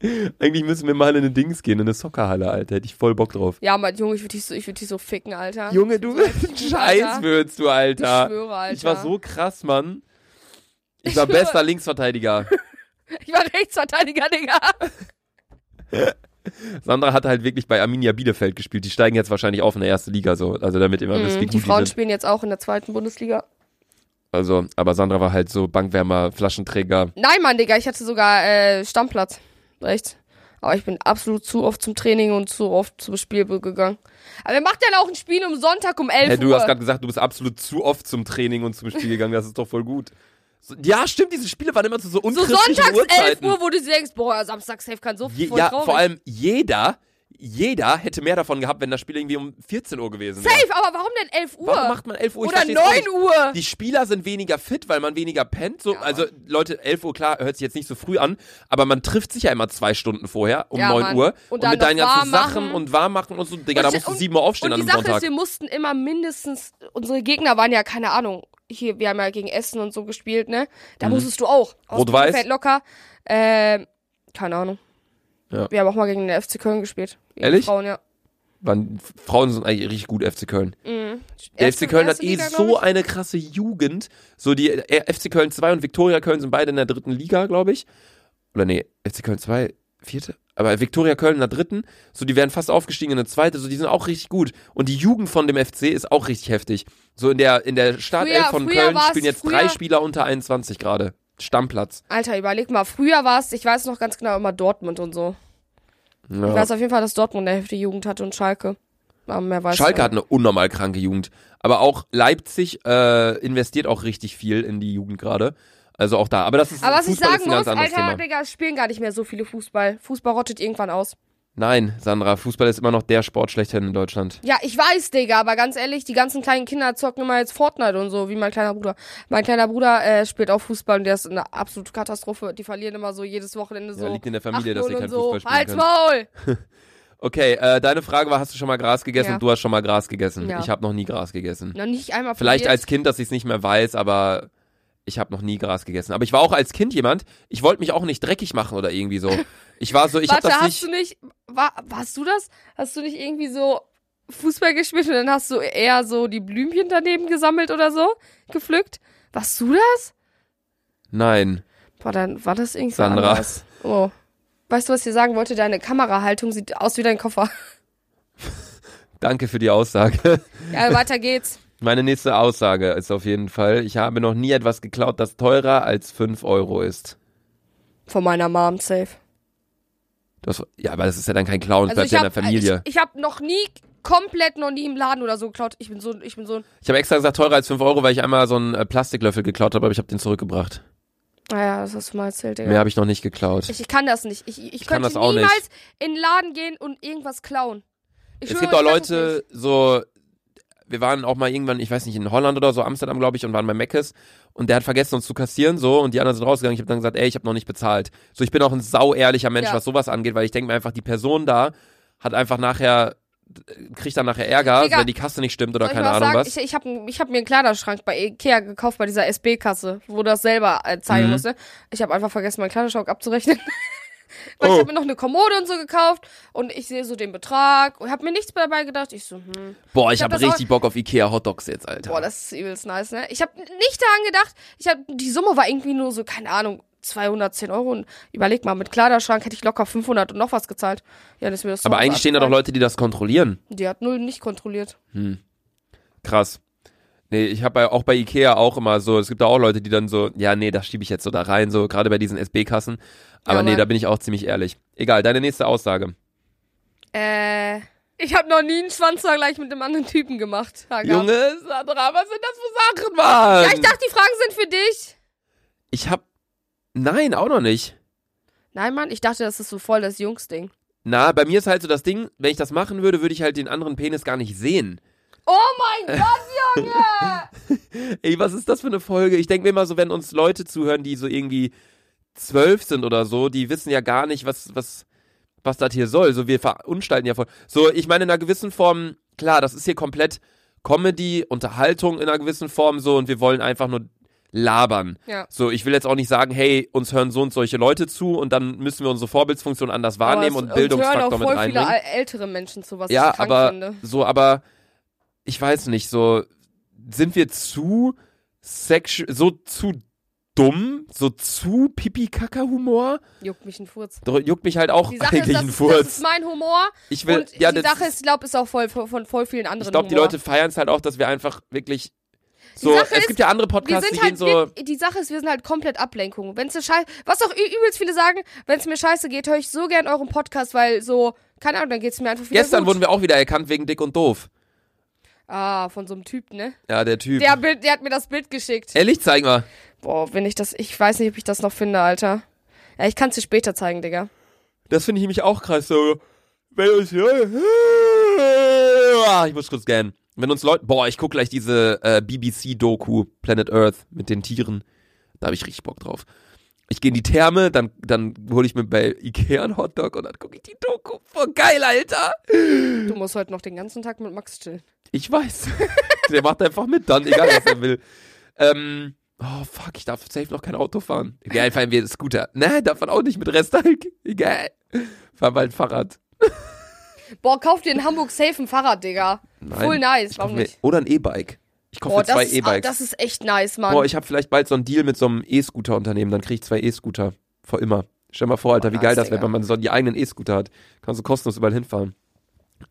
eigentlich müssen wir mal in eine Dings gehen, in eine Soccerhalle, Alter. Hätte ich voll Bock drauf. ja, Mann, Junge, ich würde dich so, ich würde dich so ficken, Alter. Junge, du Scheiß Alter. würdest du, Alter. Ich schwöre, Alter. Ich war so krass, Mann. Ich Ich war schwöre. bester Linksverteidiger. Ich war Rechtsverteidiger, Digga. Sandra hat halt wirklich bei Arminia Bielefeld gespielt. Die steigen jetzt wahrscheinlich auf in der ersten Liga so. Also damit immer wisst, Mhm, wie Die gut die Frauen sind. spielen jetzt auch in der zweiten Bundesliga. Also, aber Sandra war halt so Bankwärmer, Flaschenträger. Nein, Mann, Digga, ich hatte sogar äh, Stammplatz. Recht. Aber ich bin absolut zu oft zum Training und zu oft zum Spiel gegangen. Aber wer macht denn auch ein Spiel um Sonntag um 11 Hey, du Uhr? hast gerade gesagt, du bist absolut zu oft zum Training und zum Spiel gegangen. Das ist doch voll gut. So, ja, stimmt, diese Spiele waren immer zu so so unchristlichen sonntags 11 Uhrzeiten. Uhr, wo du dir denkst, boah, Samstag safe kann so Je, viel ja, traurig. vor allem jeder, jeder hätte mehr davon gehabt, wenn das Spiel irgendwie um 14 Uhr gewesen wäre. Safe, aber warum denn 11 Uhr? Warum macht man 11 Uhr? Ich Oder versteh's auch 9 nicht. Uhr? Die Spieler sind weniger fit, weil man weniger pennt. So, Ja, also Leute, 11 Uhr, klar, hört sich jetzt nicht so früh an, aber man trifft sich ja immer zwei Stunden vorher um Ja, 9 Mann. Uhr. Und dann mit deinen noch ganzen warm Sachen machen. und warm machen und so. Digga, da Und- musst du und- 7 Uhr und aufstehen an die einem Sache Sonntag. ist, wir mussten immer mindestens, unsere Gegner waren ja, keine Ahnung, hier, wir haben ja gegen Essen und so gespielt, ne? Da musstest du auch. Aus Mhm. Rot-Weiß? Bielefeld locker. Ähm, keine Ahnung. Ja. Wir haben auch mal gegen den FC Köln gespielt. Gegen Ehrlich? Frauen, ja. Man, Frauen sind eigentlich richtig gut, FC Köln. Der Erste- FC Köln hat erste eh Liga, glaub so ich. eine krasse Jugend. So die äh, FC Köln 2 und Viktoria Köln sind beide in der dritten Liga, glaube ich. Oder nee, FC Köln 2, vierte. Aber Viktoria Köln in der dritten, so die wären fast aufgestiegen in eine zweite, so die sind auch richtig gut. Und die Jugend von dem FC ist auch richtig heftig. So in der, in der Startelf Früher- von früher Köln war's- spielen jetzt drei früher- Spieler unter 21 gerade. Stammplatz. Alter, überleg mal. Früher war es, ich weiß noch ganz genau, immer Dortmund und so. Ich Ja. weiß auf jeden Fall, dass Dortmund eine heftige Jugend hatte und Schalke. Aber mehr weiß Schalke ich hat eine unnormal kranke Jugend. Aber auch Leipzig äh, investiert auch richtig viel in die Jugend gerade. Also auch da. Aber das ist, Aber was ich Fußball ist sagen ein ganz muss, anderes Alter, Thema. Digga, es spielen gar nicht mehr so viele Fußball. Fußball rottet irgendwann aus. Nein, Sandra, Fußball ist immer noch der Sport schlechthin in Deutschland. Ja, ich weiß, Digga, aber ganz ehrlich, die ganzen kleinen Kinder zocken immer jetzt Fortnite und so, wie mein kleiner Bruder. Mein kleiner Bruder äh, spielt auch Fußball und der ist eine absolute Katastrophe. Die verlieren immer so jedes Wochenende so. liegt in der Familie, dass 8-0 ihr kein und so. Fußball spielen Halt's Maul! könnt. Okay, äh, deine Frage war, hast du schon mal Gras gegessen? Ja. Du hast schon mal Gras gegessen. Ja. Ich habe noch nie Gras gegessen. Noch nicht einmal Vielleicht probiert. als Kind, dass ich es nicht mehr weiß, aber ich habe noch nie Gras gegessen. Aber ich war auch als Kind jemand, ich wollte mich auch nicht dreckig machen oder irgendwie so. Ich war so, ich habe Warte, das hast nicht. du nicht. War, warst du das? Hast du nicht irgendwie so Fußball gespielt und dann hast du eher so die Blümchen daneben gesammelt oder so? Gepflückt? Warst du das? Nein, Boah, dann war das irgendwie. Sandra. anders. Oh. Weißt du, was ich dir sagen wollte? Deine Kamerahaltung sieht aus wie dein Koffer. Danke für die Aussage. Ja, weiter geht's. Meine nächste Aussage ist auf jeden Fall, ich habe noch nie etwas geklaut, das teurer als 5 Euro ist. Von meiner Mom, safe. Das, ja, aber das ist ja dann kein Clown, das bleibt ja in hab, äh, der Familie. Also Ich, ich habe noch nie komplett noch nie im Laden oder so geklaut. Ich bin so, ich bin so. Ich, habe extra gesagt, teurer als 5 Euro, weil ich einmal so einen äh, Plastiklöffel geklaut habe, aber ich habe den zurückgebracht. Naja, das hast du mal erzählt, Digga. Mehr habe ich noch nicht geklaut. Ich, ich kann das nicht. Ich, ich, ich kann könnte das auch nicht. niemals in den Laden gehen und irgendwas klauen. Ich es schwöre, gibt auch ich kann das nicht. Leute, so, wir waren auch mal irgendwann, ich weiß nicht, in Holland oder so, Amsterdam, glaube ich, und waren bei Meckes und der hat vergessen, uns zu kassieren, so, und die anderen sind rausgegangen. Ich habe dann gesagt, ey, ich habe noch nicht bezahlt. So, ich bin auch ein sauehrlicher Mensch, Ja. was sowas angeht, weil ich denke mir einfach, die Person da hat einfach nachher, äh, kriegt dann nachher Ärger, Digga, wenn die Kasse nicht stimmt oder Soll ich keine mal was Ahnung sagen? was. Ich, ich habe ich hab mir einen Kleiderschrank bei Ikea gekauft, bei dieser SB-Kasse, wo das selber äh, zeigen Mhm. musste. Ich habe einfach vergessen, meinen Kleiderschrank abzurechnen. Weil Oh. ich habe mir noch eine Kommode und so gekauft und ich sehe so den Betrag und habe mir nichts dabei gedacht. Ich so, hm, Boah, ich, ich hab hab habe das richtig Bock auf Ikea Hotdogs jetzt, Alter. boah, das ist übelst nice, ne? Ich habe nicht daran gedacht. Ich hab, die Summe war irgendwie nur so, keine Ahnung, 210 Euro. Und überleg mal, mit Kleiderschrank hätte ich locker 500 und noch was gezahlt. Ja, das ist mir das aber eigentlich stehen da doch Leute, die das kontrollieren. Die hat null nicht kontrolliert. Krass. Nee, ich habe auch bei Ikea auch immer so, es gibt da auch Leute, die dann so, ja, nee, das schiebe ich jetzt so da rein, so gerade bei diesen SB-Kassen. Aber Ja, nee, Mann. da bin ich auch ziemlich ehrlich. Egal, deine nächste Aussage. Äh, ich habe noch nie einen Schwanzvergleich mit einem anderen Typen gemacht. Hagar. Junge, Ähm. Sandra, was sind das für Sachen, Mann? Ja, ich dachte, die Fragen sind für dich. Ich hab, nein, auch noch nicht. Nein, Mann, ich dachte, das ist so voll das Jungsding. Na, bei mir ist halt so das Ding, wenn ich das machen würde, würde ich halt den anderen Penis gar nicht sehen. Oh mein Gott, Junge! Ey, was ist das für eine Folge? Ich denke mir immer so, wenn uns Leute zuhören, die so irgendwie zwölf sind oder so, die wissen ja gar nicht, was, was, was das hier soll. So, wir verunstalten ja voll. So, ich meine, in einer gewissen Form, klar, das ist hier komplett Comedy, Unterhaltung in einer gewissen Form so und wir wollen einfach nur labern. Ja. So, ich will jetzt auch nicht sagen, hey, uns hören so und solche Leute zu und dann müssen wir unsere Vorbildfunktion anders wahrnehmen Aber es- und hören Bildungsfaktor auch mit voll reinbringen viele äl- ältere Menschen zu, was ja, ich krank aber finde. so, aber ich weiß nicht, so sind wir zu sexu so zu dumm, so zu pipi kaka humor Juckt mich ein Furz. Juckt mich halt auch Die Sache ist, eigentlich das, ein das Furz. ist mein Humor. Ich will, und ja, die das, Sache ist, ich glaube, ist auch voll von, von voll vielen anderen ich glaube, die Humor. Leute feiern es halt auch, dass wir einfach wirklich so, Sache es ist, gibt ja andere wir Podcasts, die sind halt gehen so, wirk- die Sache ist, wir sind halt komplett Ablenkung. Wenn's dir scheiße, was auch ü- übelst viele sagen, wenn es mir scheiße geht, höre ich so gern euren Podcast, weil so, keine Ahnung, dann geht's mir einfach wieder gestern gut. wurden wir auch wieder erkannt wegen dick und doof. ah, von so einem Typ, ne? Ja, der Typ. Äh. Der, Bild, der hat mir das Bild geschickt. Ehrlich, zeig mal. Boah, wenn ich das. Ich weiß nicht, ob ich das noch finde, Alter. Ja, ich kann es dir später zeigen, Digga. Das finde ich nämlich auch krass. So, wenn uns Ah, ich muss kurz gähnen. Wenn uns Leute, boah, ich gucke gleich diese äh, BBC-Doku Planet Earth mit den Tieren. Da habe ich richtig Bock drauf. Ich gehe in die Therme, dann, dann hole ich mir bei Ikea einen Hotdog und dann gucke ich die Doku. Voll geil, Alter. Du musst heute noch den ganzen Tag mit Max chillen. Ich weiß. Der macht einfach mit dann, egal was er will. Ähm, oh fuck, ich darf safe noch kein Auto fahren. Egal, fahren wir Scooter. Nein, darf man auch nicht mit Restalk. Egal. Fahr mal ein Fahrrad. Boah, kauf dir in Hamburg safe ein Fahrrad, Digga. Nein. Voll nice, Ich kauf warum mir, nicht? Oder ein E-Bike. Ich kaufe Boah, mir das, zwei ist, ah, E-Bikes. das ist echt nice, Mann. Boah, ich habe vielleicht bald so einen Deal mit so einem E-Scooter-Unternehmen, dann krieg ich zwei E-Scooter. Vor immer. Stell mal vor, Alter, wie nice, geil das wäre, Digga. wenn man so die eigenen E-Scooter hat. Kannst du kostenlos überall hinfahren.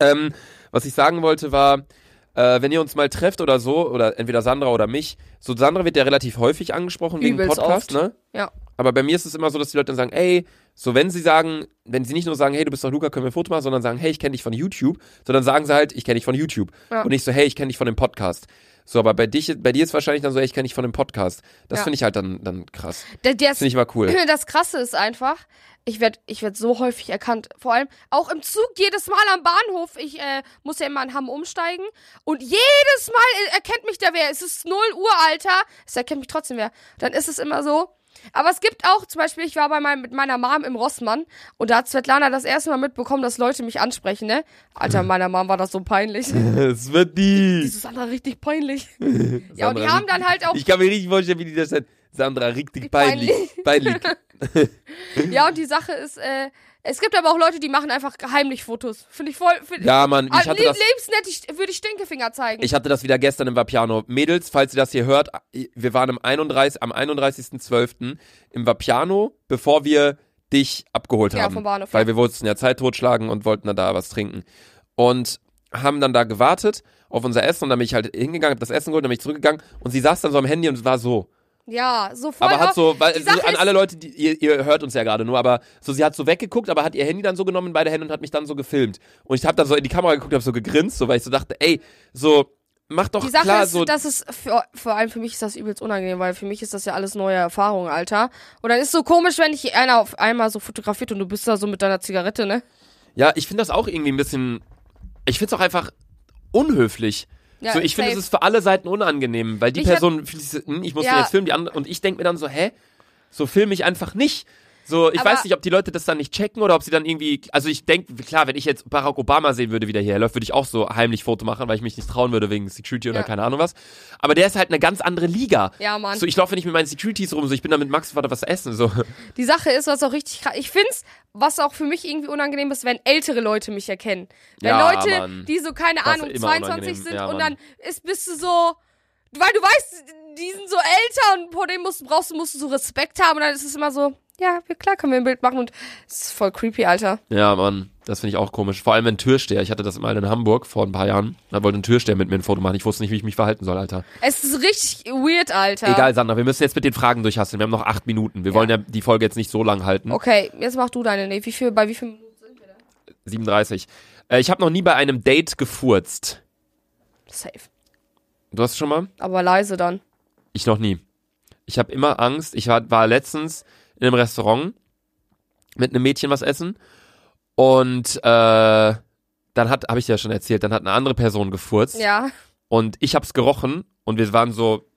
Ähm, was ich sagen wollte war, äh, wenn ihr uns mal trefft oder so, oder entweder Sandra oder mich, so Sandra wird ja relativ häufig angesprochen wegen Übelst Podcast, oft. ne? ja. Aber bei mir ist es immer so, dass die Leute dann sagen, ey, so wenn sie sagen, wenn sie nicht nur sagen, hey, du bist doch Luca, können wir ein Foto machen, sondern sagen, hey, ich kenne dich von YouTube, sondern sagen sie halt, ich kenne dich von YouTube. Ja. Und nicht so, hey, ich kenne dich von dem Podcast. So, aber bei dich, bei dir ist wahrscheinlich dann so, hey, ich kenne dich von dem Podcast. Das Ja. finde ich halt dann, dann krass. Der, der Das finde ich mal cool. Das Krasse ist einfach, ich werde ich werd so häufig erkannt. Vor allem auch im Zug, jedes Mal am Bahnhof. Ich äh, muss ja immer in Hamm umsteigen. Und jedes Mal äh, erkennt mich da wer. Es ist 0 Uhr, Alter. Es erkennt mich trotzdem wer. Dann ist es immer so. Aber es gibt auch, zum Beispiel, ich war bei meinem, mit meiner Mom im Rossmann und da hat Svetlana das erste Mal mitbekommen, dass Leute mich ansprechen, ne? Alter, meiner Mom war das so peinlich. Es wird Die die. Susanna richtig peinlich. ja, und die Sandra, haben dann halt auch Ich kann mir nicht vorstellen, wie die das dann. Sandra, richtig Peinlich. peinlich. Peinlich. Ja, und die Sache ist, äh, es gibt aber auch Leute, die machen einfach heimlich Fotos. Finde ich voll. Find, Ja, Mann, Ah, ich hatte lieb- das. lebensnett, ich würde ich Stinkefinger zeigen. Ich hatte das wieder gestern im Vapiano. Mädels, falls ihr das hier hört, wir waren am 31. am 31.12. im Vapiano, bevor wir dich abgeholt Ja, haben. vom Bahnhof, weil ja. wir wollten ja Zeit totschlagen und wollten dann da was trinken. Und haben dann da gewartet auf unser Essen und dann bin ich halt hingegangen, hab das Essen geholt, dann bin ich zurückgegangen und sie saß dann so am Handy und war so. ja, so voll. Aber hat auch- so, weil, die so Sache an ist- alle Leute, die, ihr, ihr hört uns ja gerade nur, aber so, sie hat so weggeguckt, aber hat ihr Handy dann so genommen in beide Hände und hat mich dann so gefilmt. Und ich habe dann so in die Kamera geguckt, habe so gegrinst, so, weil ich so dachte, ey, so, mach doch die Sache klar, ist, so, dass es für, vor allem für mich ist das übelst unangenehm, weil für mich ist das ja alles neue Erfahrung, Alter. Und dann ist so komisch, wenn dich einer auf einmal so fotografiert und du bist da so mit deiner Zigarette, ne? ja, ich finde das auch irgendwie ein bisschen, ich finde es auch einfach unhöflich. Ja, so, ich finde, es safe. ist für alle Seiten unangenehm, weil die Mich hat- Person, fühlt sich so, hm, ich muss Ja. den jetzt filmen, die andere, und ich denke mir dann so, hä, so film ich einfach nicht. So, ich Aber- weiß nicht, ob die Leute das dann nicht checken oder ob sie dann irgendwie, also ich denke, klar, wenn ich jetzt Barack Obama sehen würde, wie der hierher läuft, würde ich auch so heimlich Foto machen, weil ich mich nicht trauen würde wegen Security oder Ja. keine Ahnung was. Aber der ist halt eine ganz andere Liga. Ja, Mann. So, ich laufe nicht mit meinen Securities rum, so, ich bin da mit Max Vater was essen, so. Die Sache ist, was auch richtig krass. Ich find's, was auch für mich irgendwie unangenehm ist, wenn ältere Leute mich erkennen. Wenn Ja, Leute, Mann. die so, keine Das ist Ahnung, immer 22 unangenehm. sind Ja, und dann Mann. ist, bist du so. Weil du weißt, die sind so älter und vor denen musst, du- brauchst du, musst du so Respekt haben und dann ist es immer so, ja, wir- klar können wir ein Bild machen und es ist voll creepy, Alter. Ja, Mann, das finde ich auch komisch. Vor allem, wenn Türsteher, ich hatte das mal in Hamburg vor ein paar Jahren, da wollte ein Türsteher mit mir ein Foto machen, ich wusste nicht, wie ich mich verhalten soll, Alter. Es ist richtig weird, Alter. Egal, Sandra, wir müssen jetzt mit den Fragen durchhasseln, wir haben noch acht Minuten, wir wollen ja die Folge jetzt nicht so lang halten. Okay, jetzt mach du deine, nee, wie viel, bei wie viel Minuten sind wir da? 37. Äh, ich habe noch nie bei einem Date gefurzt. Safe. Du hast schon mal? Aber leise dann. Ich noch nie. Ich habe immer Angst. Ich war, war letztens in einem Restaurant mit einem Mädchen was essen und äh, dann hat, habe ich ja schon erzählt, dann hat eine andere Person gefurzt Ja. und ich habe es gerochen und wir waren so,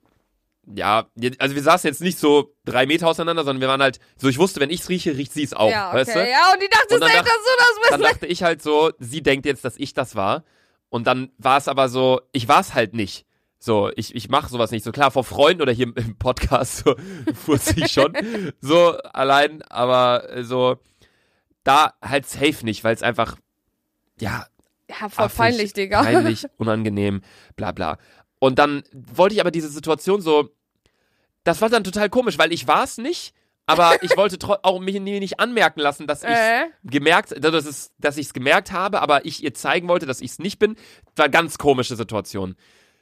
ja, also wir saßen jetzt nicht so drei Meter auseinander, sondern wir waren halt so, ich wusste, wenn ich's rieche, riecht sie's auch, ja, okay. Oh, weißt du? Ja, und die dachte, Und dann safe, dass dacht- du das dann bist. dachte ich halt so, sie denkt jetzt, dass ich das war. Und dann war es aber so, ich war es halt nicht. So, ich, ich mache sowas nicht. So klar, vor Freunden oder hier im, im Podcast so, furze ich schon. So allein, aber äh, so, da halt safe nicht, weil es einfach, ja, Ja, voll affig, peinlich, Digga. Ah, Peinlich, unangenehm, bla bla. Und dann wollte ich aber diese Situation so, das war dann total komisch, weil ich war es nicht, aber ich wollte tro- auch mich nie- nicht anmerken lassen, dass ich Äh. gemerkt, dass es, dass ich es gemerkt habe, aber ich ihr zeigen wollte, dass ich es nicht bin. Das war eine ganz komische Situation.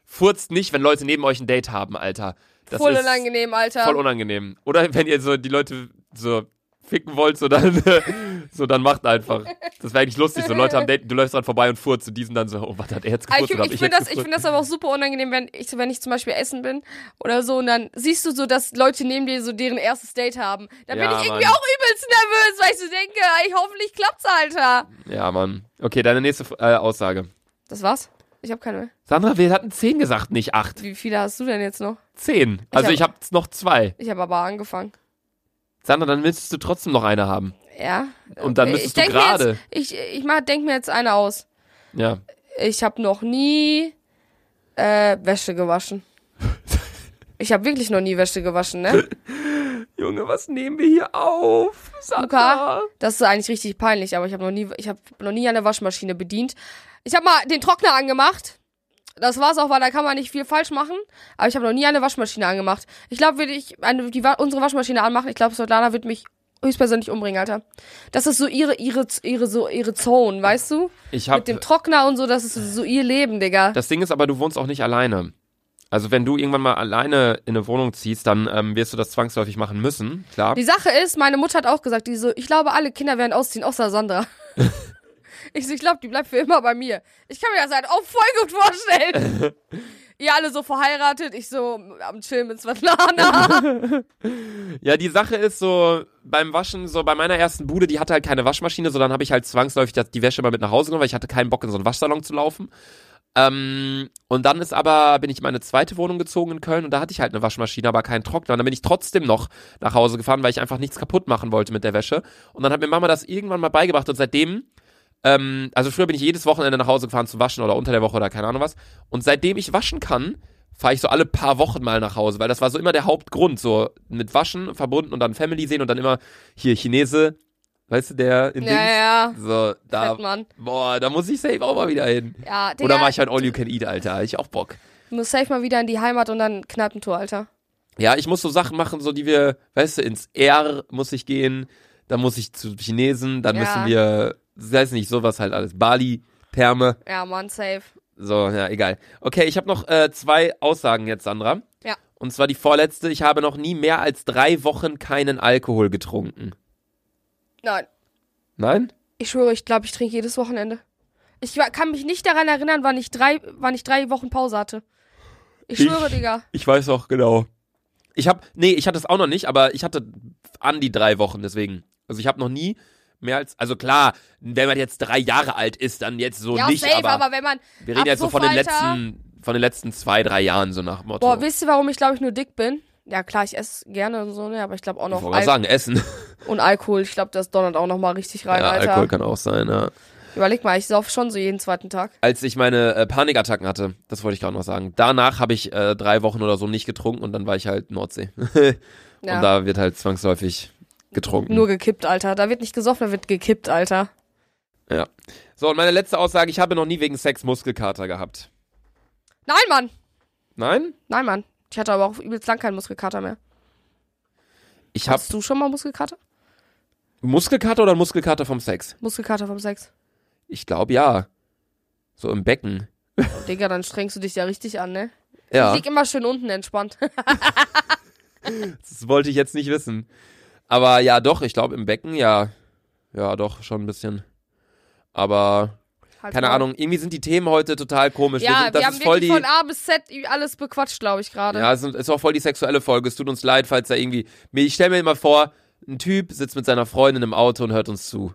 Furzt nicht, wenn Leute neben euch ein Date haben, Alter. Das voll ist unangenehm, Alter. Voll unangenehm. Oder wenn ihr so die Leute so ficken wollt, so dann, so dann macht einfach. Das wäre eigentlich lustig. So Leute am Date, du läufst dran vorbei und furzt und die sind dann so, oh, was hat er jetzt Ah, gefurzt? ich oder hab ich, ich finde jetzt das, ich gefurzt? find das aber auch super unangenehm, wenn ich, wenn ich zum Beispiel essen bin oder so und dann siehst du so, dass Leute neben dir so deren erstes Date haben. Da bin Ja, ich irgendwie Mann. auch übelst nervös, weil ich so denke, ey, hoffentlich klappt's, Alter. ja, Mann. Okay, deine nächste äh, Aussage. Das war's? Ich habe keine. Sandra, wir hatten 10 gesagt, nicht 8. Wie viele hast du denn jetzt noch? 10. Also hab- ich habe hab noch zwei. Ich habe aber angefangen. Sandra, dann willst du trotzdem noch eine haben. Ja. Und dann Ich müsstest du denk mir gerade. jetzt- Ich, ich mach, denk mir jetzt eine aus. Ja. Ich habe noch nie äh, Wäsche gewaschen. Ich habe wirklich noch nie Wäsche gewaschen, ne? Junge, was nehmen wir hier auf? Luca, das ist eigentlich richtig peinlich, aber ich habe noch nie, ich habe noch nie eine Waschmaschine bedient. Ich habe mal den Trockner angemacht. Das war's auch, weil da kann man nicht viel falsch machen. Aber ich habe noch nie eine Waschmaschine angemacht. Ich glaube, würde ich eine, die, Wa- unsere Waschmaschine anmachen, ich glaube, Svetlana wird mich höchstpersönlich umbringen, Alter. Das ist so ihre, ihre, ihre, so ihre Zone, weißt du? Ich Mit hab, dem Trockner und so, das ist so ihr Leben, Digga. das Ding ist aber, du wohnst auch nicht alleine. Also wenn du irgendwann mal alleine in eine Wohnung ziehst, dann ähm, wirst du das zwangsläufig machen müssen, klar. Die Sache ist, meine Mutter hat auch gesagt, die so, ich glaube, alle Kinder werden ausziehen, außer Sandra. ich so, ich glaube, die bleibt für immer bei mir. Ich kann mir das halt auch voll gut vorstellen. Ihr alle so verheiratet, ich so am Chillen mit Svetlana. Ja, die Sache ist so, beim Waschen, so bei meiner ersten Bude, die hatte halt keine Waschmaschine, so dann habe ich halt zwangsläufig das- die Wäsche mal mit nach Hause genommen, weil ich hatte keinen Bock, in so einen Waschsalon zu laufen. Ähm, und dann ist aber, bin ich in meine zweite Wohnung gezogen in Köln und da hatte ich halt eine Waschmaschine, aber keinen Trockner. Und dann bin ich trotzdem noch nach Hause gefahren, weil ich einfach nichts kaputt machen wollte mit der Wäsche. Und dann hat mir Mama das irgendwann mal beigebracht und seitdem, ähm, also früher bin ich jedes Wochenende nach Hause gefahren zu waschen oder unter der Woche oder keine Ahnung was. Und seitdem ich waschen kann, fahre ich so alle paar Wochen mal nach Hause, weil das war so immer der Hauptgrund, so mit Waschen verbunden und dann Family sehen und dann immer hier Chinese, weißt du, der in Dings. ja, ja. So, da, Fettmann. boah, da muss ich safe auch mal wieder hin. Ja, Digga, Oder mach ich halt All You Can Eat, Alter. Ich auch Bock. muss safe mal wieder in die Heimat und dann Kneipentour, Alter. Ja, ich muss so Sachen machen, so die wir, weißt du, ins R muss ich gehen, dann muss ich zu Chinesen, dann Ja. müssen wir, weiß nicht, sowas halt alles. Bali, Therme, Ja, Mann, safe. so, ja, egal. Okay, ich habe noch äh, zwei Aussagen jetzt, Sandra. Ja. Und zwar die vorletzte, ich habe noch nie mehr als drei Wochen keinen Alkohol getrunken. Nein, Nein? ich schwöre, ich glaube, ich trinke jedes Wochenende. Ich wa- kann mich nicht daran erinnern, wann ich drei, wann ich drei Wochen Pause hatte. Ich Ich- schwöre, Digga. Ich weiß auch genau. Ich habe, nee, ich hatte es auch noch nicht, aber ich hatte an die drei Wochen, deswegen. Also ich habe noch nie mehr als, also klar, wenn man jetzt drei Jahre alt ist, dann jetzt so ja, nicht, safe, aber, aber, wenn man. wir reden ab jetzt so von den sofort, Alter. letzten, von den letzten zwei, drei Jahren so nach Motto. Boah, wisst ihr, warum ich glaube ich nur dick bin? Ja, klar, ich esse gerne und so, ne, aber ich glaube auch ich noch wollte gerade Al sagen, Essen. und Alkohol. Ich glaube, das donnert auch noch mal richtig rein, ja, Alter. Alkohol kann auch sein, ja. Überleg mal, ich sauf schon so jeden zweiten Tag. Als ich meine äh, Panikattacken hatte, das wollte ich gerade noch sagen, danach habe ich äh, drei Wochen oder so nicht getrunken und dann war ich halt Nordsee. Ja. Und da wird halt zwangsläufig getrunken. Nur gekippt, Alter. Da wird nicht gesoffen, da wird gekippt, Alter. Ja. So, und meine letzte Aussage, ich habe noch nie wegen Sex Muskelkater gehabt. Nein, Mann. Nein? Nein, Mann. Ich hatte aber auch übelst lang keinen Muskelkater mehr. Ich habe Hast du schon mal Muskelkater? Muskelkater oder Muskelkater vom Sex? Muskelkater vom Sex. Ich glaube ja. So im Becken. Digga, dann strengst du dich ja richtig an, ne? Ja, Ich lieg immer schön unten entspannt. das wollte ich jetzt nicht wissen. Aber ja, doch, ich glaube im Becken, ja. Ja, doch, schon ein bisschen. Aber keine Ahnung, irgendwie sind die Themen heute total komisch. Also Ja, wir, sind, das haben ist voll wirklich die von A bis Z alles bequatscht, glaube ich, gerade. Ja, es ist- ist auch voll die sexuelle Folge. Es tut uns leid, falls da irgendwie. mir- Ich stelle mir immer vor, ein Typ sitzt mit seiner Freundin im Auto und hört uns zu.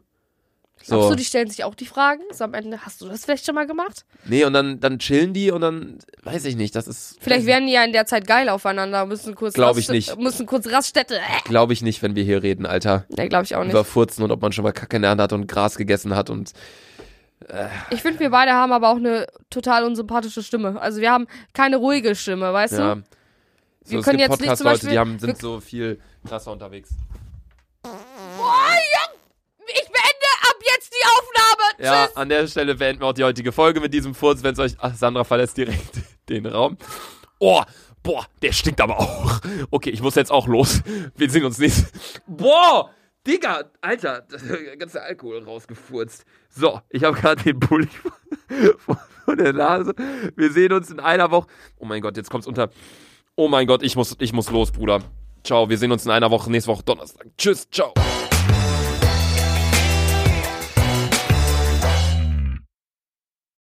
Glaubst So. du, die stellen sich auch die Fragen? So am Ende, hast du das vielleicht schon mal gemacht? Nee, und dann, dann chillen die und dann weiß ich nicht, das ist. Vielleicht wären die ja in der Zeit geil aufeinander, müssen kurz Also- Glaub ich Raststätte- nicht. müssen kurz Raststätte. Glaube ich nicht, wenn wir hier reden, Alter. Ne, glaube ich auch nicht. Über Furzen und ob man schon mal Kacke in der Hand hat und Gras gegessen hat und. Ich finde, wir beide haben aber auch eine total unsympathische Stimme. Also wir haben keine ruhige Stimme, weißt Ja. du? So, Wir es können gibt jetzt nicht zum Podcast-Leute, die Beispiel- haben, sind so viel krasser unterwegs. Ich beende ab jetzt die Aufnahme. Ja, an der Stelle beenden wir auch die heutige Folge mit diesem Furz, wenn es euch. Ach, Sandra verlässt direkt den Raum. Oh, boah, der stinkt aber auch. Okay, ich muss jetzt auch los. Wir sehen uns nächstes. Boah, Digga, Alter, der ganze Alkohol rausgefurzt. So, ich habe gerade den Pulli von- von der Nase. Wir sehen uns in einer Woche. Oh mein Gott, jetzt kommt's unter. Oh mein Gott, ich muss, ich muss los, Bruder. Ciao, wir sehen uns in einer Woche, nächste Woche Donnerstag. Tschüss, ciao.